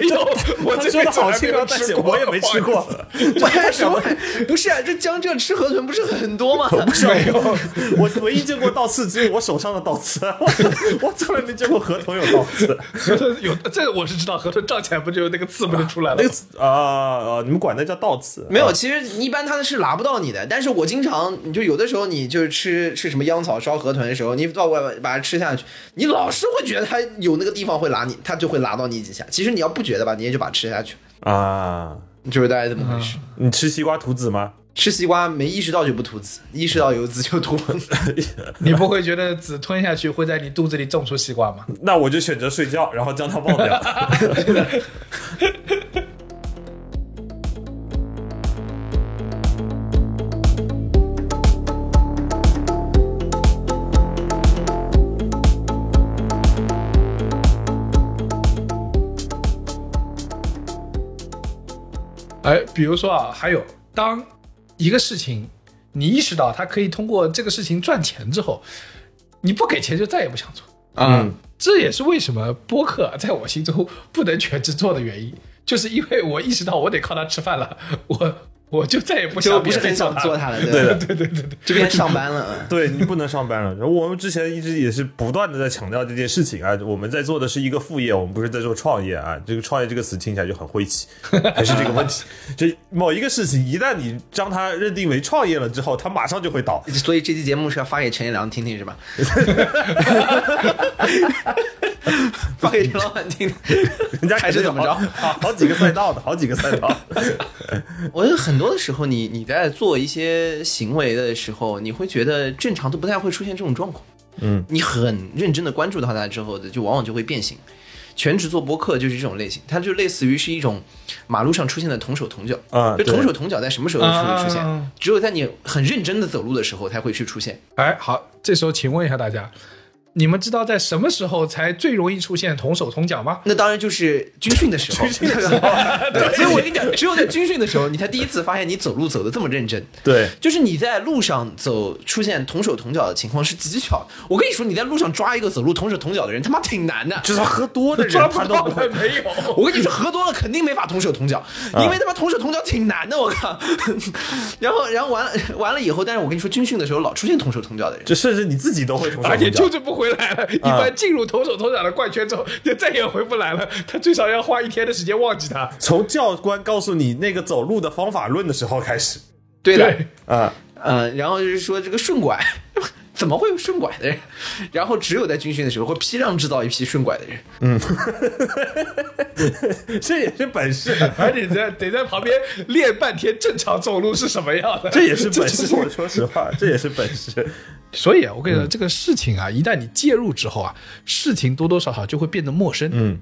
Speaker 2: 有，我
Speaker 4: 他
Speaker 2: 这
Speaker 4: 说
Speaker 2: 辈子还没有
Speaker 4: 的好轻描淡
Speaker 2: 吃
Speaker 4: 写，
Speaker 2: 过，
Speaker 4: 我也没吃过。
Speaker 3: 我还说，不是啊，这江浙吃河豚 不是很多吗？
Speaker 2: 没 有，
Speaker 4: 我唯一见过倒刺，只有我手上的倒刺，啊我我从来没见过河豚有倒刺。
Speaker 2: 河豚有，这我是知道，河豚胀起来不就有那个刺不就出来了
Speaker 4: 那
Speaker 2: 吗
Speaker 4: 个？刺啊啊，你们管那叫倒刺？
Speaker 3: 没有，其实一般它是拿不到你的，但是我经常，你就有的时候你就是吃吃什么秧草烧河豚的时候，你倒过来把它吃下去，你老是会觉得它有那个地方会拉你，它就会拉到你几下。其实你要不觉得吧，你也就把它吃下去，
Speaker 4: 啊。
Speaker 3: 就是大概这么回事。
Speaker 4: 你吃西瓜吐籽吗？
Speaker 3: 吃西瓜没意识到就不吐籽，意识到有籽就吐。
Speaker 2: 你不会觉得籽吞下去会在你肚子里种出西瓜吗？
Speaker 4: 那我就选择睡觉，然后将它忘掉。
Speaker 2: 哎，比如说啊，还有当一个事情你意识到它可以通过这个事情赚钱之后，你不给钱就再也不想做。
Speaker 4: 嗯，
Speaker 2: 这也是为什么播客在我心中不能全职做的原因，就是因为我意识到我得靠它吃饭了，我 我就再也不
Speaker 3: 就
Speaker 2: 想
Speaker 3: 不是很想做
Speaker 2: 它。
Speaker 3: 它了，对吧？
Speaker 2: 对对对对，
Speaker 3: 这边上班了， 嗯
Speaker 4: 对你不能上班了。然后我们之前一直也是不断的在强调这件事情啊，我们在做的是一个副业，我们不是在做创业啊。这个创业这个词听起来就很晦气，还是这个问题。 就某一个事情，一旦你将它认定为创业了之后，它马上就会倒。
Speaker 3: 所以这期节目是要发给陈一良听听是吧？ 发给陈老板听 听。
Speaker 4: 人家
Speaker 3: 还是怎么着
Speaker 4: 肯定有好好好几个赛道的，好几个赛道。
Speaker 3: 我觉得很多的时候你，你在做一些行为的时候，你会觉得正常都不太会出现这种状况。
Speaker 4: 嗯，
Speaker 3: 你很认真的关注到它之后的，就往往就会变形。全职做播客就是这种类型，它就类似于是一种马路上出现的同手同脚
Speaker 4: 啊
Speaker 3: 就
Speaker 4: 对
Speaker 3: 同手同脚在什么时候才会出现？
Speaker 2: 啊
Speaker 3: 只有在你很认真的走路的时候才会去出现。
Speaker 2: 哎，好，哎这时候请问一下大家， 你们知道在什么时候才最容易出现同手同脚吗？
Speaker 3: 那当然就是军训的时候，军训的时候， 对，所以我跟你讲，只有在军训的时候，你才第一次发现你走路走的这么认真。
Speaker 4: 对，
Speaker 3: 就是你在路上走出现同手同脚的情况是极少的。我跟你说，你在路上抓一个走路同手同脚的人，他妈挺难的。
Speaker 4: 就是他喝多的人他都不会。
Speaker 2: 没有。
Speaker 3: 我跟你说，喝多了肯定没法同手同脚，因为他妈同手同脚挺难的，我靠。 然后，然后完了完了以后，但是我跟你说，军训的时候老出现同手同脚的人，
Speaker 4: 就甚至你自己都会同手
Speaker 2: 而且
Speaker 4: 同脚
Speaker 2: 纠，正不回来了，一般进入同手同脚的怪圈之后，就再也回不来了。他最少要花一天的时间忘记他。
Speaker 4: 从教官告诉你那个走路的方法论的时候开始
Speaker 3: 对的，
Speaker 2: 对
Speaker 4: 啊，
Speaker 3: 嗯，然后就是说这个顺拐， 怎么会有顺拐的人？然后只有在军训的时候会批量制造一批顺拐的人。
Speaker 4: 这也是本事，
Speaker 2: 而且在得在旁边练半天正常走路是什么样的，
Speaker 4: 这也是本
Speaker 2: 这
Speaker 4: 事。我说实话，这也是本事。
Speaker 2: 所以啊，我跟你说，这个事情啊，一旦你介入之后啊，事情多多少少就会变得陌生。
Speaker 4: 嗯，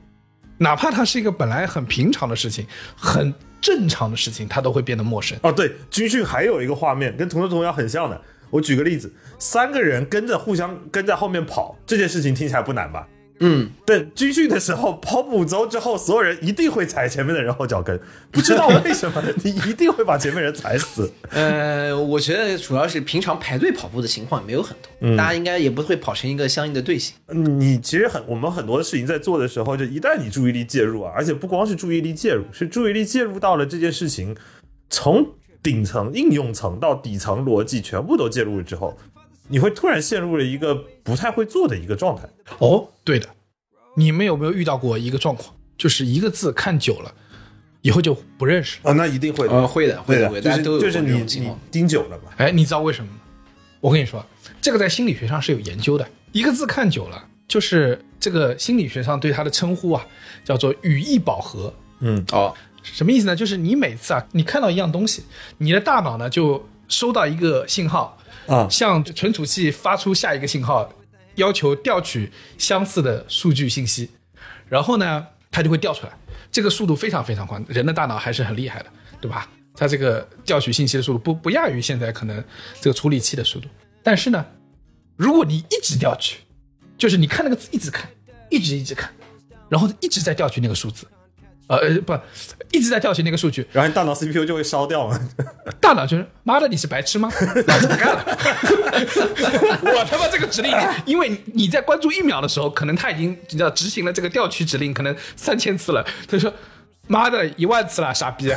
Speaker 2: 哪怕它是一个本来很平常的事情，很正常的事情，它都会变得陌生。
Speaker 4: 哦，对，军训还有一个画面跟同桌同学很像的。我举个例子，三个人跟着互相跟在后面跑，这件事情听起来不难吧？
Speaker 3: 嗯，
Speaker 4: 等军训的时候跑五周之后，所有人一定会踩前面的人后脚跟，不知道为什么， 你一定会把前面人踩死。
Speaker 3: 呃，我觉得主要是平常排队跑步的情况也没有很多，
Speaker 4: 嗯
Speaker 3: 大家应该也不会跑成一个相应的队形。
Speaker 4: 你其实很，我们很多事情在做的时候，就一旦你注意力介入啊，而且不光是注意力介入，是注意力介入到了这件事情，从顶层应用层到底层逻辑全部都介入了之后，你会突然陷入了一个不太会做的一个状态。
Speaker 2: 哦，对的，你们有没有遇到过一个状况，就是一个字看久了，以后就不认识了？
Speaker 4: 啊，那一定会
Speaker 3: 呃，会的，会的，会
Speaker 4: 就
Speaker 3: 的，大
Speaker 4: 是
Speaker 3: 家都有
Speaker 4: 就
Speaker 3: 过
Speaker 4: 是
Speaker 3: 这
Speaker 4: 你
Speaker 3: 种情
Speaker 4: 你
Speaker 3: 况。
Speaker 4: 盯久了嘛，
Speaker 2: 哎，你知道为什么吗？我跟你说，这个在心理学上是有研究的。一个字看久了，就是这个心理学上对它的称呼啊，叫做语义饱和。
Speaker 3: 哦，
Speaker 2: 什么意思呢？就是你每次啊，你看到一样东西，你的大脑呢就收到一个信号，
Speaker 4: 啊
Speaker 2: 向存储器发出下一个信号，要求调取相似的数据信息，然后呢，它就会调出来。这个速度非常非常快，人的大脑还是很厉害的，对吧？它这个调取信息的速度不不亚于现在可能这个处理器的速度。但是呢，如果你一直调取，就是你看那个字一直看，一直一直看，然后一直在调取那个数字，呃呃不，一直在调取那个数据，
Speaker 4: 然后你大脑 CPU 就会烧掉嘛。
Speaker 2: 大脑就是妈的，你是白痴吗？老子不干了， 我他妈这个指令，因为你在关注一秒的时候，可能他已经你知道执行了这个调取指令，可能三千次了，他说。妈的，一万次了，傻逼！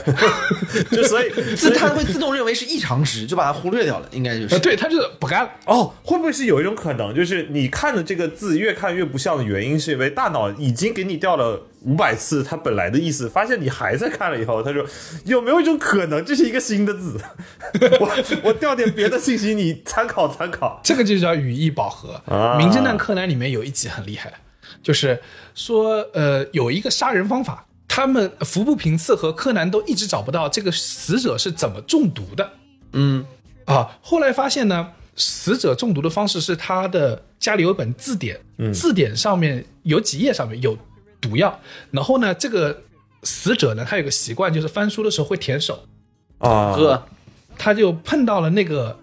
Speaker 4: 就所 以，啊
Speaker 3: 自它会自动认为是异常值，就把它忽略掉了，应该就是。
Speaker 2: 对，他就是不干了。
Speaker 4: 哦，会不会是有一种可能，就是你看的这个字越看越不像的原因，是因为大脑已经给你调了五百次它本来的意思，发现你还在看了以后，他说有没有一种可能，这是一个新的字？我我调点别的信息，你参考参考。
Speaker 2: 这个就叫语义饱和。
Speaker 4: 啊
Speaker 2: 名侦探柯南》里面有一集很厉害的，就是说，呃，有一个杀人方法，他们呃服部平次和柯南都一直找不到这个死者是怎么中毒的。
Speaker 3: 嗯，
Speaker 2: 啊，后来发现呢，死者中毒的方式是他的家里有一本字典，字典上面有几页上面有毒药，然后呢，这个死者呢，他有个习惯就是翻书的时候会舔手，
Speaker 4: 啊，
Speaker 3: 哥，
Speaker 2: 他就碰到了那个，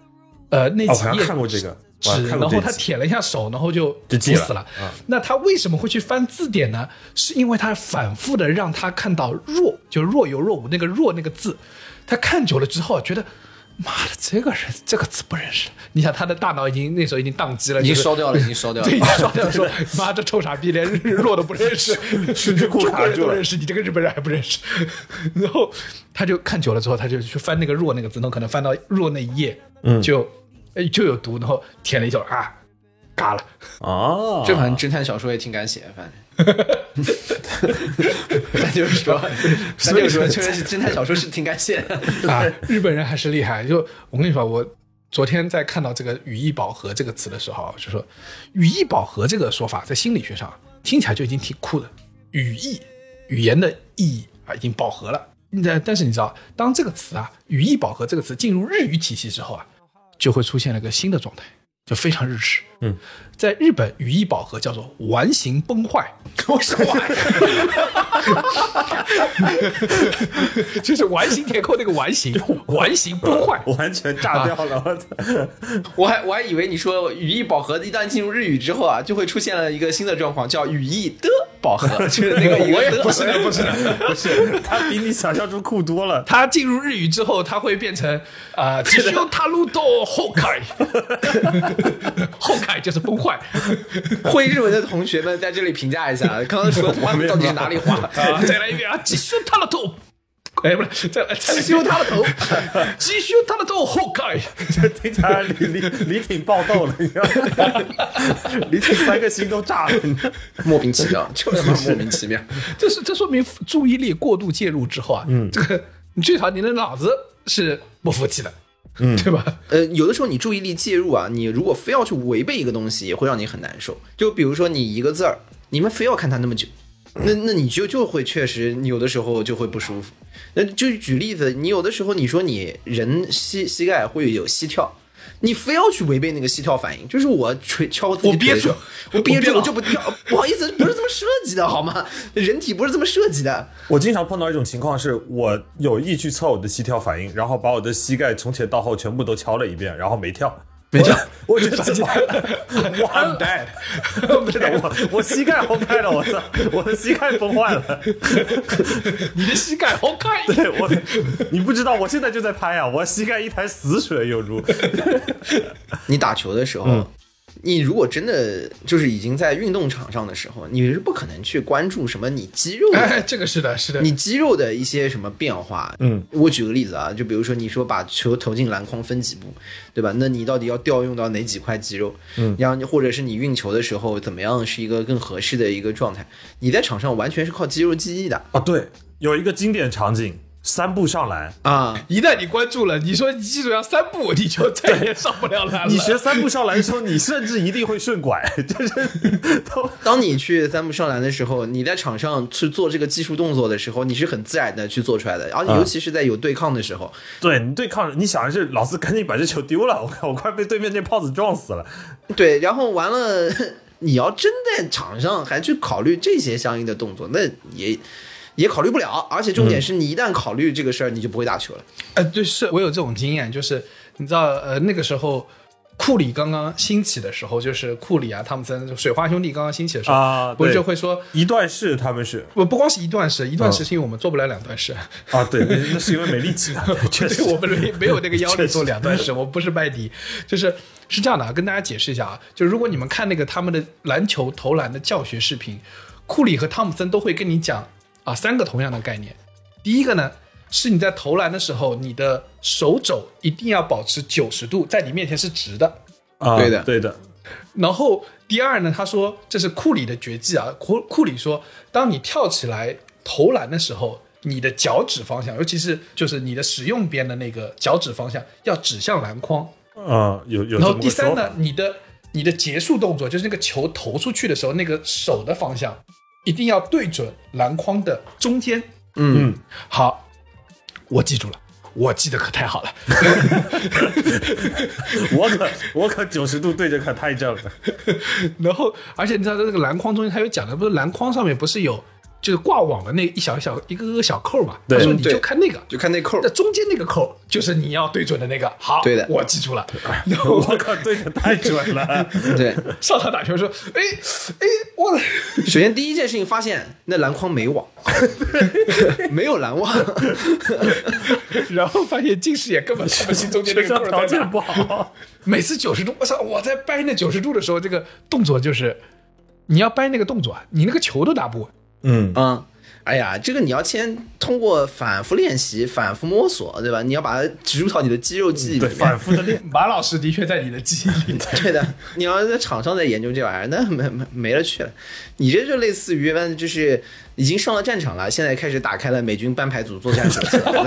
Speaker 2: 呃，那
Speaker 4: 哦，我
Speaker 2: 几
Speaker 4: 好像
Speaker 2: 页
Speaker 4: 看过这个，我好像
Speaker 2: 纸，然
Speaker 4: 看过这
Speaker 2: 后
Speaker 4: 一
Speaker 2: 他
Speaker 4: 集
Speaker 2: 舔了一下手，然后就
Speaker 4: 就记
Speaker 2: 毒死
Speaker 4: 了嗯
Speaker 2: 了。那他为什么会去翻字典呢？是因为他反复的让他看到“弱”，就若有若无那个“弱”那个字，他看久了之后觉得。妈的，这个人这个字不认识。你想，他的大脑已经那时候已经宕机了，
Speaker 3: 已经
Speaker 2: 就是
Speaker 3: 烧 掉了，已经烧掉了
Speaker 2: 对，。烧掉说，妈这臭傻逼连日落都不认识，
Speaker 4: 是是裤
Speaker 2: 中
Speaker 4: 卡
Speaker 2: 国
Speaker 4: 住了
Speaker 2: 人都认识，你这个日本人还不认识。然后他就看久了之后，他就去翻那个“弱”那个字，然后可能翻到“弱”那一页，嗯，就呃就有毒，然后舔了一手啊，嘎了。
Speaker 4: 啊，
Speaker 3: 这款侦探小说也挺敢写，反 正。咱就是说，咱就是说，确实是侦探小说是挺敢写的。
Speaker 2: 啊，日本人还是厉害。就我跟你说，我昨天在看到这个“语义饱和”这个词的时候，就说“语义饱和”这个说法在心理学上听起来就已经挺酷的，语义语言的意义啊已经饱和了。但但是你知道，当这个词啊“语义饱和”这个词进入日语体系之后啊，就会出现了个新的状态，就非常日式。
Speaker 4: 嗯，
Speaker 2: 在日本语义饱和叫做完形崩坏，我说完， 就是完形填空那个完形，完形崩坏。
Speaker 4: 完全炸掉了！我操、
Speaker 3: 我还我还以为你说语义饱和，一旦进入日语之后啊，就会出现了一个新的状况，叫语义的饱 和，就是那个我也不是的，不是的，
Speaker 4: 不是，他比你想象中酷多了。
Speaker 2: 它进入日语之后，它会变成啊，只需踏入到后凯，后凯就是崩坏。
Speaker 3: 会日文的同学们在这里评价一下，刚刚 说的话到底是哪里话？
Speaker 2: 啊，再来一遍啊！急修他的头，哎，不是，再来，急
Speaker 3: 修他的头，
Speaker 2: 急修他的头，后盖。
Speaker 4: 这听起来李李李挺爆痘了，你知道吗？ 李挺三个心都炸了，你知道吗
Speaker 3: 莫名其妙， 就他妈莫名其妙。
Speaker 2: 这是这说明注意力过度介入之后啊，嗯，这个你最少你的脑子是不服气的，嗯，对吧？
Speaker 3: 呃，有的时候你注意力介入啊，你如果非要去违背一个东西，也会让你很难受。就比如说你一个字儿，你们非要看它那么久，那那你就就会确实你有的时候就会不舒服。那就举例子，你有的时候你说你人膝膝盖会有膝跳。你非要去违背那个膝跳反应，就是我捶敲自己
Speaker 2: 我憋
Speaker 3: 腿的时候
Speaker 2: 住
Speaker 3: 我憋
Speaker 2: 我憋
Speaker 3: 住，我
Speaker 2: 了
Speaker 3: 就不 跳。不好意思，不是这么设计的好吗？人体不是这么设计的。
Speaker 4: 我经常碰到一种情况是，我有意去测我的膝跳反应，然后把我的膝盖从前到后全部都敲了一遍，然后没跳，没跳， 我觉得怎么了？
Speaker 2: I'm dead，I'm
Speaker 4: 真的
Speaker 2: dead
Speaker 4: 我我膝盖崩坏了，我操，我的膝盖崩坏 了。
Speaker 2: 你的膝盖好盖。
Speaker 4: 对我，你不知道，我现在就在拍啊，我膝盖一潭死水有如。
Speaker 3: 你打球的时候，你如果真的就是已经在运动场上的时候，你是不可能去关注什么你肌肉的
Speaker 2: 哎，这个是的，是的，
Speaker 3: 你肌肉的一些什么变化？嗯，我举个例子啊，就比如说你说把球投进篮筐分几步，对吧？那你到底要调用到哪几块肌肉？嗯，然后你或者是你运球的时候怎么样是一个更合适的一个状态？你在场上完全是靠肌肉记忆的
Speaker 4: 啊，对，有一个经典场景，三步上篮，
Speaker 3: 啊。
Speaker 2: 一旦你关注了，你说你基础上三步，你就再也上不了篮了。
Speaker 4: 你学三步上篮的时候，你甚至一定会顺 拐，就是都
Speaker 3: 当你去三步上篮的时候，你在场上去做这个技术动作的时候，你是很自然的去做出来的，而且尤其是在有对抗的时候，
Speaker 4: 对你对抗，你想的是老子赶紧把这球丢了，我看我快被对面这胖子撞死了。
Speaker 3: 对，然后完了， 你要真在场上还去考虑这些相应的动作，那也也考虑不了。而且重点是你一旦考虑这个事儿，你就不会打球了。
Speaker 2: 呃，对，是我有这种经验，就是你知道，呃，那个时候库里刚刚兴起的时候，就是库里啊、汤普森、水花兄弟刚刚兴起的时候，
Speaker 4: 啊
Speaker 2: 不是
Speaker 4: 对
Speaker 2: 就会说，
Speaker 4: 一段是他们是
Speaker 2: 我不光是一段式，一段
Speaker 4: 嗯
Speaker 2: 式是因为我们做不了两段式，
Speaker 4: 啊，对，那那是因为没力气啊， 确实
Speaker 2: 对我们没没有那个腰力做两段式，我们不是麦迪，就是是这样的啊，跟大家解释一下啊，就是如果你们看那个他们的篮球投篮的教学视频，库里和汤普森都会跟你讲啊三个同样的概念，第一个呢是你在投篮的时候，你的手肘一定要保持九十度，在你面前是直的，
Speaker 4: 啊，
Speaker 3: 对的
Speaker 4: 对的，
Speaker 2: 然后第二呢，他说这是库里的绝技啊，库库里说，当你跳起来投篮的时候，你的脚趾方向，尤其是就是你的使用边的那个脚趾方向要指向篮筐。
Speaker 4: 啊，有有
Speaker 2: 然
Speaker 4: 这
Speaker 2: 后
Speaker 4: 么
Speaker 2: 第
Speaker 4: 个
Speaker 2: 三
Speaker 4: 说
Speaker 2: 呢
Speaker 4: 法，，
Speaker 2: 你的你的结束动作就是那个球投出去的时候，那个手的方向一定要对准篮筐的中间。
Speaker 3: 嗯，
Speaker 2: 好，我记住了。我记得可太好了，
Speaker 4: 我可我可九十度对着可太正 了，
Speaker 2: 然后而且你知道，在那个篮筐中间，他有讲的，不是篮筐上面不是有就是挂网的那一小小一个个小扣嘛？
Speaker 4: 对
Speaker 2: 他说你
Speaker 3: 对
Speaker 2: 就看那个，
Speaker 3: 就看那扣
Speaker 2: 那。中间那个扣就是你要对准的那个。好，
Speaker 3: 对的
Speaker 2: 我记住了。然后
Speaker 4: 我可对的太准了，
Speaker 3: 对，
Speaker 2: 上场打球说，哎哎，我
Speaker 3: 首先第一件事情发现那篮筐没网， 没有篮网，
Speaker 2: 然后发现近视眼根本看不清 中间那
Speaker 4: 学
Speaker 2: 个
Speaker 4: 校
Speaker 2: 扣
Speaker 4: 条
Speaker 2: 儿在
Speaker 4: 件
Speaker 2: 哪。
Speaker 4: 不好，
Speaker 2: 每次九十度，我操！我在掰那九十度的时候，这个动作就是你要掰那个动作啊，你那个球都打不 稳。
Speaker 4: 嗯，
Speaker 3: 嗯，哎呀，这个你要先通过反复练习、反复摸索，对吧？你要把它植入到你的肌肉记忆里
Speaker 4: 对，
Speaker 3: 面。
Speaker 4: 反复 的练，
Speaker 2: 马老师的确在你的记忆里，
Speaker 3: 对的，你要在场上在研究这玩意儿，那没没没了去了。你这就类似于那就是已经上了战场了，现在开始打开了美军班牌组作战手册，然后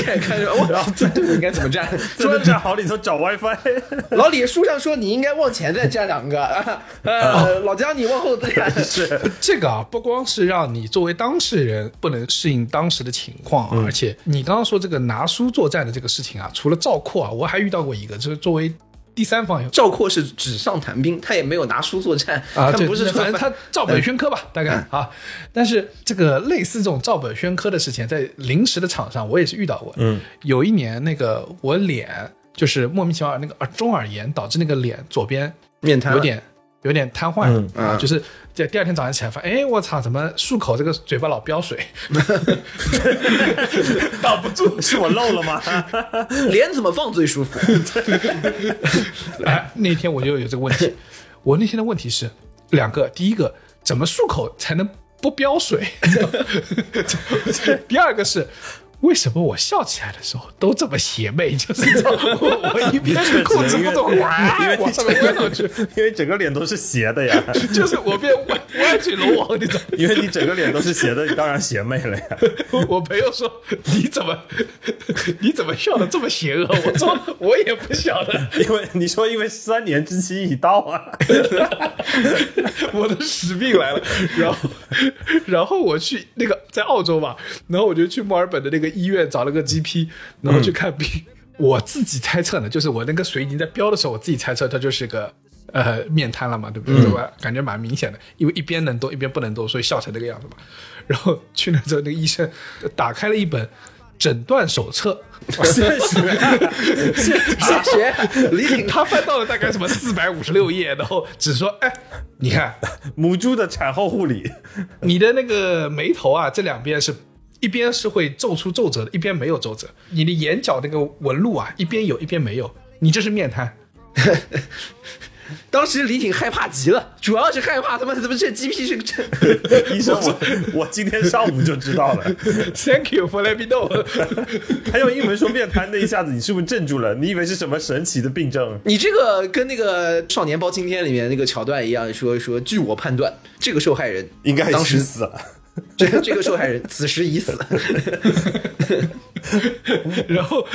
Speaker 3: 开始看着我这队伍应该怎么站。
Speaker 4: 在
Speaker 3: 说
Speaker 4: 那战壕里头找 WiFi，
Speaker 3: 老李书上说你应该往前再站两个，啊呃，老姜你往后再站。是，
Speaker 2: 这个啊，不光是让你作为当事人不能适应当时的情况啊，而且你刚刚说这个拿书作战的这个事情啊，除了赵括啊，我还遇到过一个，就是作为第三方有
Speaker 3: 赵括是纸上谈兵，他也没有拿书作战，
Speaker 2: 啊，
Speaker 3: 他
Speaker 2: 对
Speaker 3: 不是说
Speaker 2: 反正他照本宣科吧，大概啊。但是这个类似这种照本宣科的事情，在临时的场上我也是遇到过。
Speaker 4: 嗯，
Speaker 2: 有一年那个我脸就是莫名其妙那个耳中耳炎，导致那个脸左边
Speaker 3: 面瘫了
Speaker 2: 有点有点瘫痪了、
Speaker 3: 嗯
Speaker 2: 啊，
Speaker 3: 嗯
Speaker 2: 就是在第二天早上起来发现，哎，我操，怎么漱口这个嘴巴老飙水，挡不住，
Speaker 4: 是我漏了吗？
Speaker 3: 脸怎么放最舒服？
Speaker 2: 哎，那天我就有这个问题。我那天的问题是两个，第一个怎么漱口才能不飙水？第二个是。为什么我笑起来的时候都这么邪魅？就是这种我我一边裤子不懂哇往上面弯过去，
Speaker 4: 因为整个脸都是斜的呀，
Speaker 2: 就是我变弯弯曲龙王那种。
Speaker 4: 因为你整个脸都是斜的，你当然邪魅了呀。
Speaker 2: 我朋友说：“你怎么你怎么笑的这么邪恶？”我说：“我也不晓得，
Speaker 4: 因为你说，因为三年之期已到啊，
Speaker 2: 我的使命来了。然后， 然后我去那个在澳洲嘛，然后我就去墨尔本的那个医院找了个 GP，然后去看病。我自己猜测呢，就是我那个水已经在飙的时候，我自己猜测它就是个呃面瘫了嘛，对不对？我感觉蛮明显的，因为一边能动一边不能动，所以笑成这个样子嘛。然后去了之后，那个医生打开了一本诊断手册。
Speaker 4: 现实
Speaker 3: 傻学李 挺
Speaker 2: 他翻到了大概什么四百五十六页，然后只说：“哎，你看
Speaker 4: 母猪的产后护理，
Speaker 2: 你的那个眉头啊，这两边是一边是会皱出皱褶的，一边没有皱褶。你的眼角那个纹路啊，一边有一边没有，你这是面瘫。
Speaker 3: 当时李挺害怕极了，主要是害怕他妈他妈这 GP 是个这，
Speaker 4: 医生我我今天上午就知道了。
Speaker 2: Thank you for let me know。
Speaker 4: 还有英文说面瘫那一下子，你是不是镇住了？你以为是什么神奇的病症？
Speaker 3: 你这个跟那个《少年包青天》里面那个桥段一样，说说据我判断，这个受害人
Speaker 4: 应该
Speaker 3: 当
Speaker 4: 是
Speaker 3: 时
Speaker 4: 死了。
Speaker 3: 这这个受害人此时已死。
Speaker 2: 然后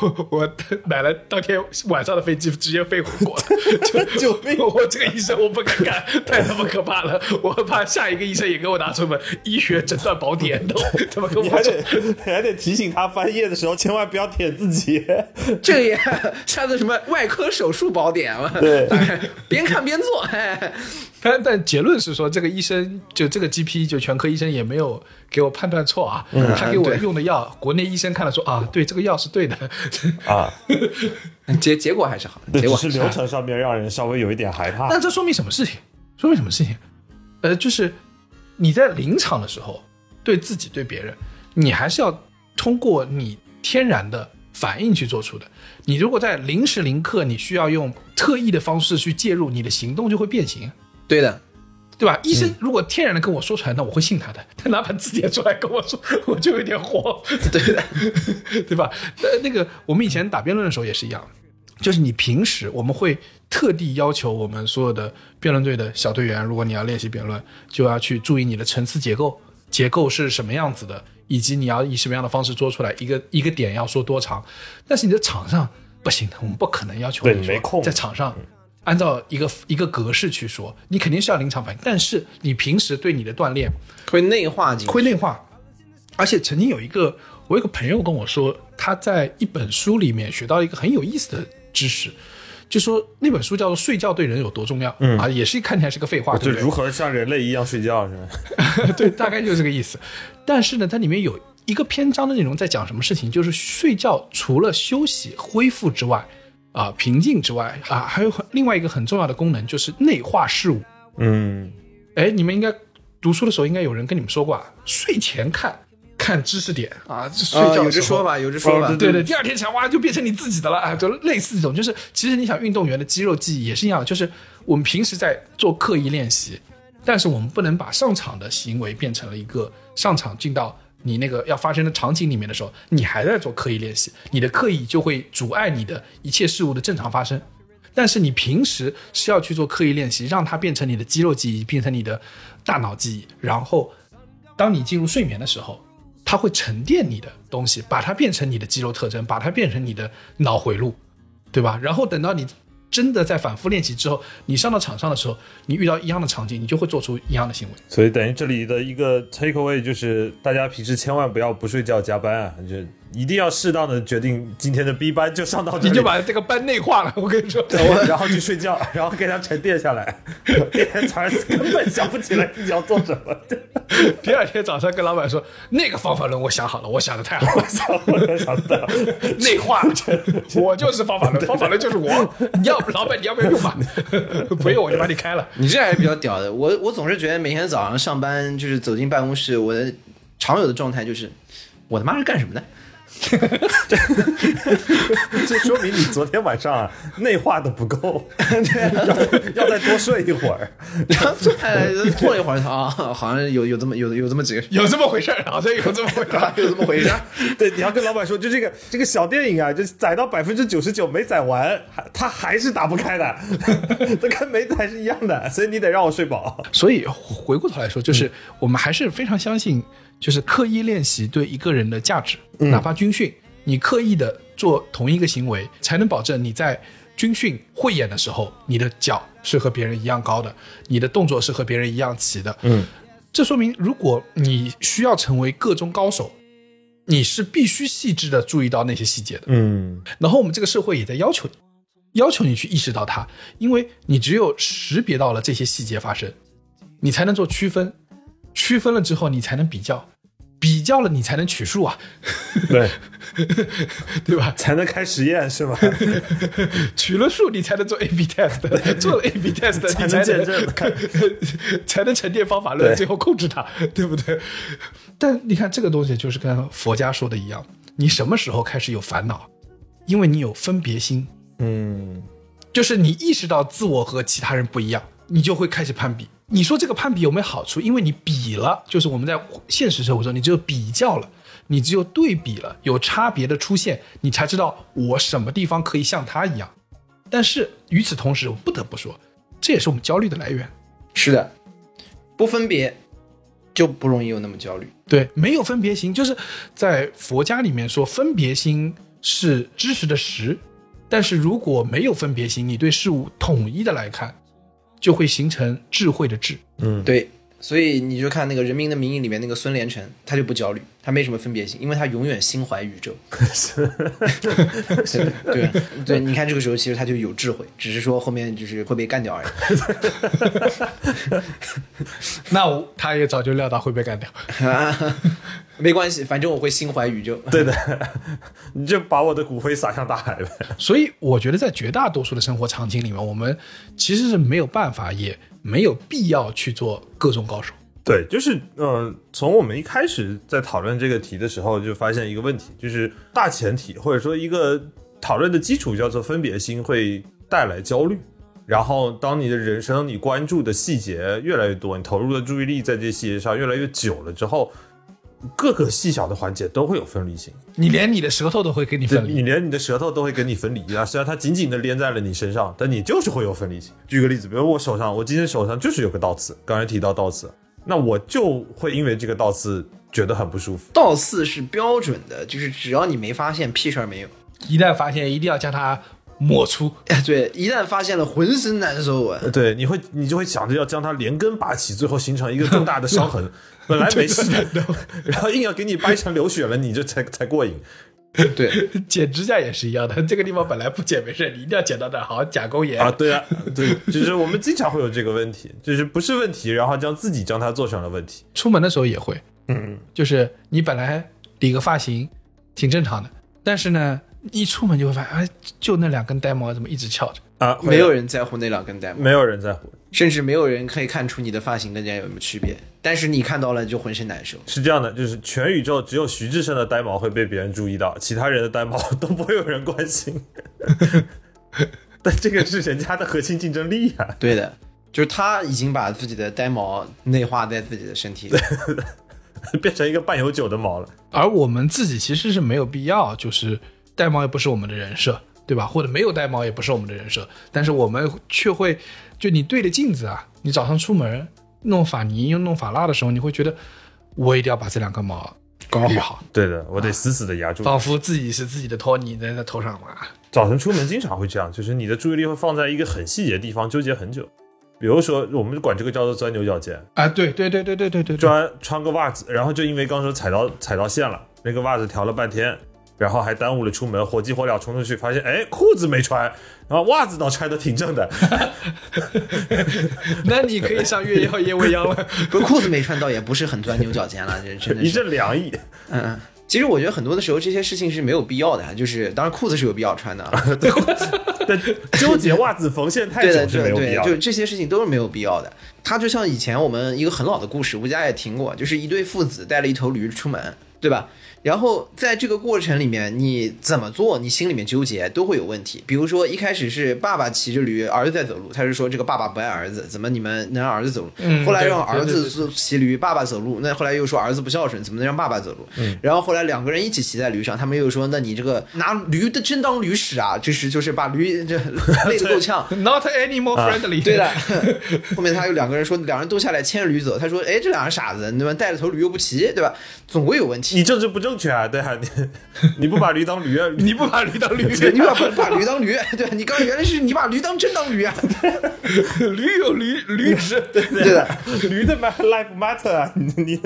Speaker 2: 我我买了当天晚上的飞机，直接飞回国了。
Speaker 4: 救
Speaker 2: 就
Speaker 4: 命
Speaker 2: 我这个医生我不敢看，太他妈可怕了！我怕下一个医生也给我拿出本医学诊断宝典，都他妈跟
Speaker 4: 你
Speaker 2: 我
Speaker 4: 还
Speaker 2: 说
Speaker 4: 得你还得提醒他翻页的时候千万不要舔自己。
Speaker 3: 这个也下次什么外科手术宝典嘛，
Speaker 4: 对
Speaker 3: 大概边看边做，哎，
Speaker 2: 但但结论是说，这个医生就这个 GP 就全科医生也没有给我判断错啊，他给我
Speaker 3: 对
Speaker 2: 用的药，国内医生看了说啊，对这个药是对的，
Speaker 4: 啊，
Speaker 3: 结结果还是啊好的，
Speaker 4: 对，
Speaker 3: 结
Speaker 4: 只
Speaker 3: 果
Speaker 4: 是啊流程上面让人稍微有一点害怕。
Speaker 2: 那这说明什么事情？说明什么事情？呃，就是你在临场的时候，对自己对别人，你还是要通过你天然的反应去做出的。你如果在临时临刻，你需要用特意的方式去介入，你的行动就会变形。
Speaker 3: 对的，
Speaker 2: 对吧？医生如果天然的跟我说出来，那我会信他的。他拿本字典出来跟我说， 我就有点慌，
Speaker 3: 对的，
Speaker 2: 对吧？呃，那个我们以前打辩论的时候也是一样，就是你平时我们会特地要求我们所有的辩论队的小队员，如果你要练习辩论，就要去注意你的层次结构，结构是什么样子的，以及你要以什么样的方式说出来，一个一个点要说多长。但是你在场上不行的，我们不可能要求
Speaker 4: 对
Speaker 2: 你说
Speaker 4: 没空
Speaker 2: 在场上。按照一个一个格式去说，你肯定是要临场反应，但是你平时对你的锻炼
Speaker 3: 会内化进去，
Speaker 2: 会内化。而且曾经有一个，我有一个朋友跟我说，他在一本书里面学到一个很有意思的知识，就说那本书叫做《睡觉对人有多重要》，啊，也是看起来是个废话，
Speaker 4: 嗯哦就
Speaker 2: 对不对？
Speaker 4: 如何像人类一样睡觉是吧？
Speaker 2: 对，大概就是这个意思。但是呢，它里面有一个篇章的内容在讲什么事情，就是睡觉除了休息、恢复之外，啊、平静之外，啊，还有很另外一个很重要的功能就是内化事物。
Speaker 4: 嗯，
Speaker 2: 哎，你们应该读书的时候，应该有人跟你们说过啊，睡前看看知识点啊，就睡
Speaker 3: 啊，
Speaker 2: 觉
Speaker 3: 有
Speaker 2: 的时
Speaker 3: 这
Speaker 2: 候
Speaker 3: 说法，有这
Speaker 4: 哦
Speaker 3: 说法，
Speaker 2: 对对，第二天起来哇就变成你自己的了啊，就类似这种，就是其实你想运动员的肌肉记忆也是一样的，就是我们平时在做刻意练习，但是我们不能把上场的行为变成了一个上场进到你那个要发生的场景里面的时候，你还在做刻意练习，你的刻意就会阻碍你的一切事物的正常发生。但是你平时是要去做刻意练习，让它变成你的肌肉记忆，变成你的大脑记忆，然后当你进入睡眠的时候，它会沉淀你的东西，把它变成你的肌肉特征，把它变成你的脑回路，对吧？然后等到你真的在反复练习之后，你上到场上的时候，你遇到一样的场景，你就会做出一样的行为。
Speaker 4: 所以等于这里的一个 take away 就是，大家平时千万不要不睡觉加班啊，就一定要适当的决定今天的 B 班就上到这里，
Speaker 2: 你就把这个班内化了，我跟你说，
Speaker 4: 然后去睡觉， 然后给它沉淀下来， 第二天早上根本想不起来自己要做什么。
Speaker 2: 第二天早上跟老板说那个方法论我想好了，我想的太好了，
Speaker 4: 想到
Speaker 2: 内化，我就是方 法论，方法论就是我，你要不老板你要不要用吧？ 不用我就把你开了。
Speaker 3: 你这还是比较屌的。我我总是觉得每天早上上班，就是走进办公室，我的常有的状态就是，我他妈是干什么的？
Speaker 4: 这说明你昨天晚上啊 内化的不够， 要要再多睡一会儿。
Speaker 3: 然后 坐下来坐哎了一会儿，啊，好像有有这么有有这么几个，
Speaker 2: 有这么回事儿，好像有这么回事儿，
Speaker 3: 有这么回事儿。
Speaker 4: 对，你要跟老板说，就这个这个小电影啊，就载到百分之九十九没载完，还它还是打不开的， 这跟没载是一样的，所以你得让我睡饱。
Speaker 2: 所以回过头来说，就是我们还是非常相信，就是刻意练习对一个人的价值，哪怕军训，你刻意的做同一个行为，才能保证你在军训汇演的时候，你的脚是和别人一样高的，你的动作是和别人一样齐的。
Speaker 4: 嗯，
Speaker 2: 这说明如果你需要成为各中高手，你是必须细致的注意到那些细节的。
Speaker 4: 嗯，
Speaker 2: 然后我们这个社会也在要求你，要求你去意识到它，因为你只有识别到了这些细节发生，你才能做区分，区分了之后你才能比较，比较了你才能取数啊，
Speaker 4: 对，
Speaker 2: 对吧？
Speaker 4: 才能开实验是吧？
Speaker 2: 取了数你才能做 A/B test，做了 A/B test
Speaker 4: 才能
Speaker 2: 你才
Speaker 4: 见证看
Speaker 2: 才能沉淀方法论，
Speaker 4: 对
Speaker 2: 最后控制它， 对不对？但你看这个东西就是跟佛家说的一样，你什么时候开始有烦恼？因为你有分别心，
Speaker 4: 嗯，
Speaker 2: 就是你意识到自我和其他人不一样，你就会开始攀比。你说这个攀比有没有好处？因为你比了，就是我们在现实生活中，你只有比较了，你只有对比了，有差别的出现，你才知道我什么地方可以像他一样。但是与此同时，我不得不说，这也是我们焦虑的来源。
Speaker 3: 是的，不分别就不容易有那么焦虑。
Speaker 2: 对，没有分别心，就是在佛家里面说，分别心是知识的识，但是如果没有分别心，你对事物统一的来看，就会形成智慧的智。
Speaker 3: 对，所以你就看那个《人民的名义》里面那个孙连成，他就不焦虑，他没什么分别心，因为他永远心怀宇 宙。是，对对，你看这个时候其实他就有智慧，只是说后面就是会被干掉而已。
Speaker 2: 那我他也早就料到会被干掉。
Speaker 3: 没关系，反正我会心怀宇宙。
Speaker 4: 对的， 你就把我的骨灰撒向大海呗。
Speaker 2: 所以我觉得在绝大多数的生活场景里面，我们其实是没有办法，也没有必要去做各种高手。
Speaker 4: 对，就是嗯、呃从我们一开始在讨论这个题的时候，就发现一个问题，就是大前提或者说一个讨论的基础叫做分别心会带来焦虑。然后，当你的人生你关注的细节越来越多，你投入的注意力在这些细节上越来越久了之后，各个细小的环节都会有分离心，
Speaker 2: 你连你的舌头都会给你
Speaker 4: 对
Speaker 2: 分
Speaker 4: 你
Speaker 2: 离，
Speaker 4: 连你的舌头都会跟你分离啊。虽然它紧紧的连在了你身上，但你就是会有分离心。举个例子，比如我手上，我今天手上就是有个倒刺，刚才提到倒刺，那我就会因为这个倒刺觉得很不舒服。
Speaker 3: 倒刺是标准的，就是只要你没发现，屁事儿没有。
Speaker 2: 一旦发现，一定要将它抹出。
Speaker 3: 对，一旦发现了，浑身难受啊！
Speaker 4: 呃对，你会你就会想着要将它连根拔起，最后形成一个更大的伤痕。 本来没事 的，然后硬要给你掰成流血了，你这才才过瘾。
Speaker 3: 对，
Speaker 2: 剪指甲也是一样的，这个地方本来不剪没事，你一定要剪到那儿，好甲沟炎
Speaker 4: 啊，对啊，对，就是我们经常会有这个问题，就是不是问题，然后将自己将它做成了问题。
Speaker 2: 出门的时候也会，嗯，就是你本来理个发型挺正常的，但是呢，一出门就会发现，哎，就那两根呆毛怎么一直翘着？
Speaker 4: 啊，会的
Speaker 3: 没有人在乎那两根带毛，
Speaker 4: 没有人在乎，
Speaker 3: 嗯甚至没有人可以看出你的发型跟人家有什么区别。但是你看到了就浑身难受。
Speaker 4: 是这样的，就是全宇宙只有徐志胜的呆毛会被别人注意到，其他人的呆毛都不会有人关心。但这个是人家的核心竞争力啊！
Speaker 3: 对的，就是他已经把自己的呆毛内化在自己的身 体里。
Speaker 4: 变成一个半永久的毛了。
Speaker 2: 而我们自己其实是没有必要，就是戴帽也不是我们的人设，对吧？或者没有戴帽也不是我们的人设，但是我们却会，就你对着镜子啊，你早上出门弄发泥又弄发蜡的时候，你会觉得我一定要把这两根毛搞好，
Speaker 4: 对的，我得死死的压住。
Speaker 2: 啊仿佛自己是自己的托尼在在头上嘛。啊
Speaker 4: 早晨出门经常会这样，就是你的注意力会放在一个很细节的地方纠结很久。比如说，我们管这个叫做钻牛角尖，
Speaker 2: 啊，对对对对对对对，对
Speaker 4: 穿穿个袜子，然后就因为刚说踩到踩到线了，那个袜子调了半天，然后还耽误了出门，火急火燎冲出去，发现哎裤子没穿，然后袜子倒穿的挺正的，
Speaker 2: 那你可以上月妖夜 未央了。
Speaker 3: 不是裤子没穿到，也不是很 钻牛角尖了，这真的
Speaker 4: 一
Speaker 3: 是。
Speaker 4: 阵凉意。
Speaker 3: 嗯，嗯其实我觉得很多的时候这些事情是没有必要的啊，就是当然裤子是有必要穿的啊，
Speaker 4: 但纠结袜子缝线太
Speaker 3: 对的，
Speaker 4: 久是
Speaker 3: 对
Speaker 4: 没有必
Speaker 3: 对，
Speaker 4: 要
Speaker 3: 就
Speaker 4: 的。
Speaker 3: 这些事情都是没有必要的。它就像以前我们一个很老的故事，吴家也听过，就是一对父子带了一头驴出门，对吧？然后在这个过程里面，你怎么做，你心里面纠结都会有问题。比如说一开始是爸爸骑着驴，儿子在走路，他是说这个爸爸不爱儿子，怎么你们能让儿子走路？
Speaker 2: 嗯
Speaker 3: 后来
Speaker 2: 对
Speaker 3: 让儿
Speaker 2: 对对
Speaker 3: 子
Speaker 2: 对
Speaker 3: 坐骑驴，爸爸走路，那后来又说儿子不孝顺，怎么能让爸爸走路？
Speaker 4: 嗯
Speaker 3: 然后后来两个人一起骑在驴上，他们又说，那你这个拿驴的真当驴使啊，就是就是把驴这 累得够呛，
Speaker 2: Not animal friendly，、
Speaker 3: 啊对的，， 后面他有两个人说，两人都下来牵着驴走。他说：“哎，这两个傻子，对吧？带着头驴又不骑，对吧？总归有问题。
Speaker 4: 你政治不正确啊，对啊，你你不把驴当 驴啊，
Speaker 2: 你不把驴当驴，
Speaker 3: 你 把把驴当驴， 对你刚原来是你把驴当真当驴啊，
Speaker 2: 驴有驴驴值，
Speaker 3: 对的。
Speaker 4: 啊驴的 ma- life matter 啊，你你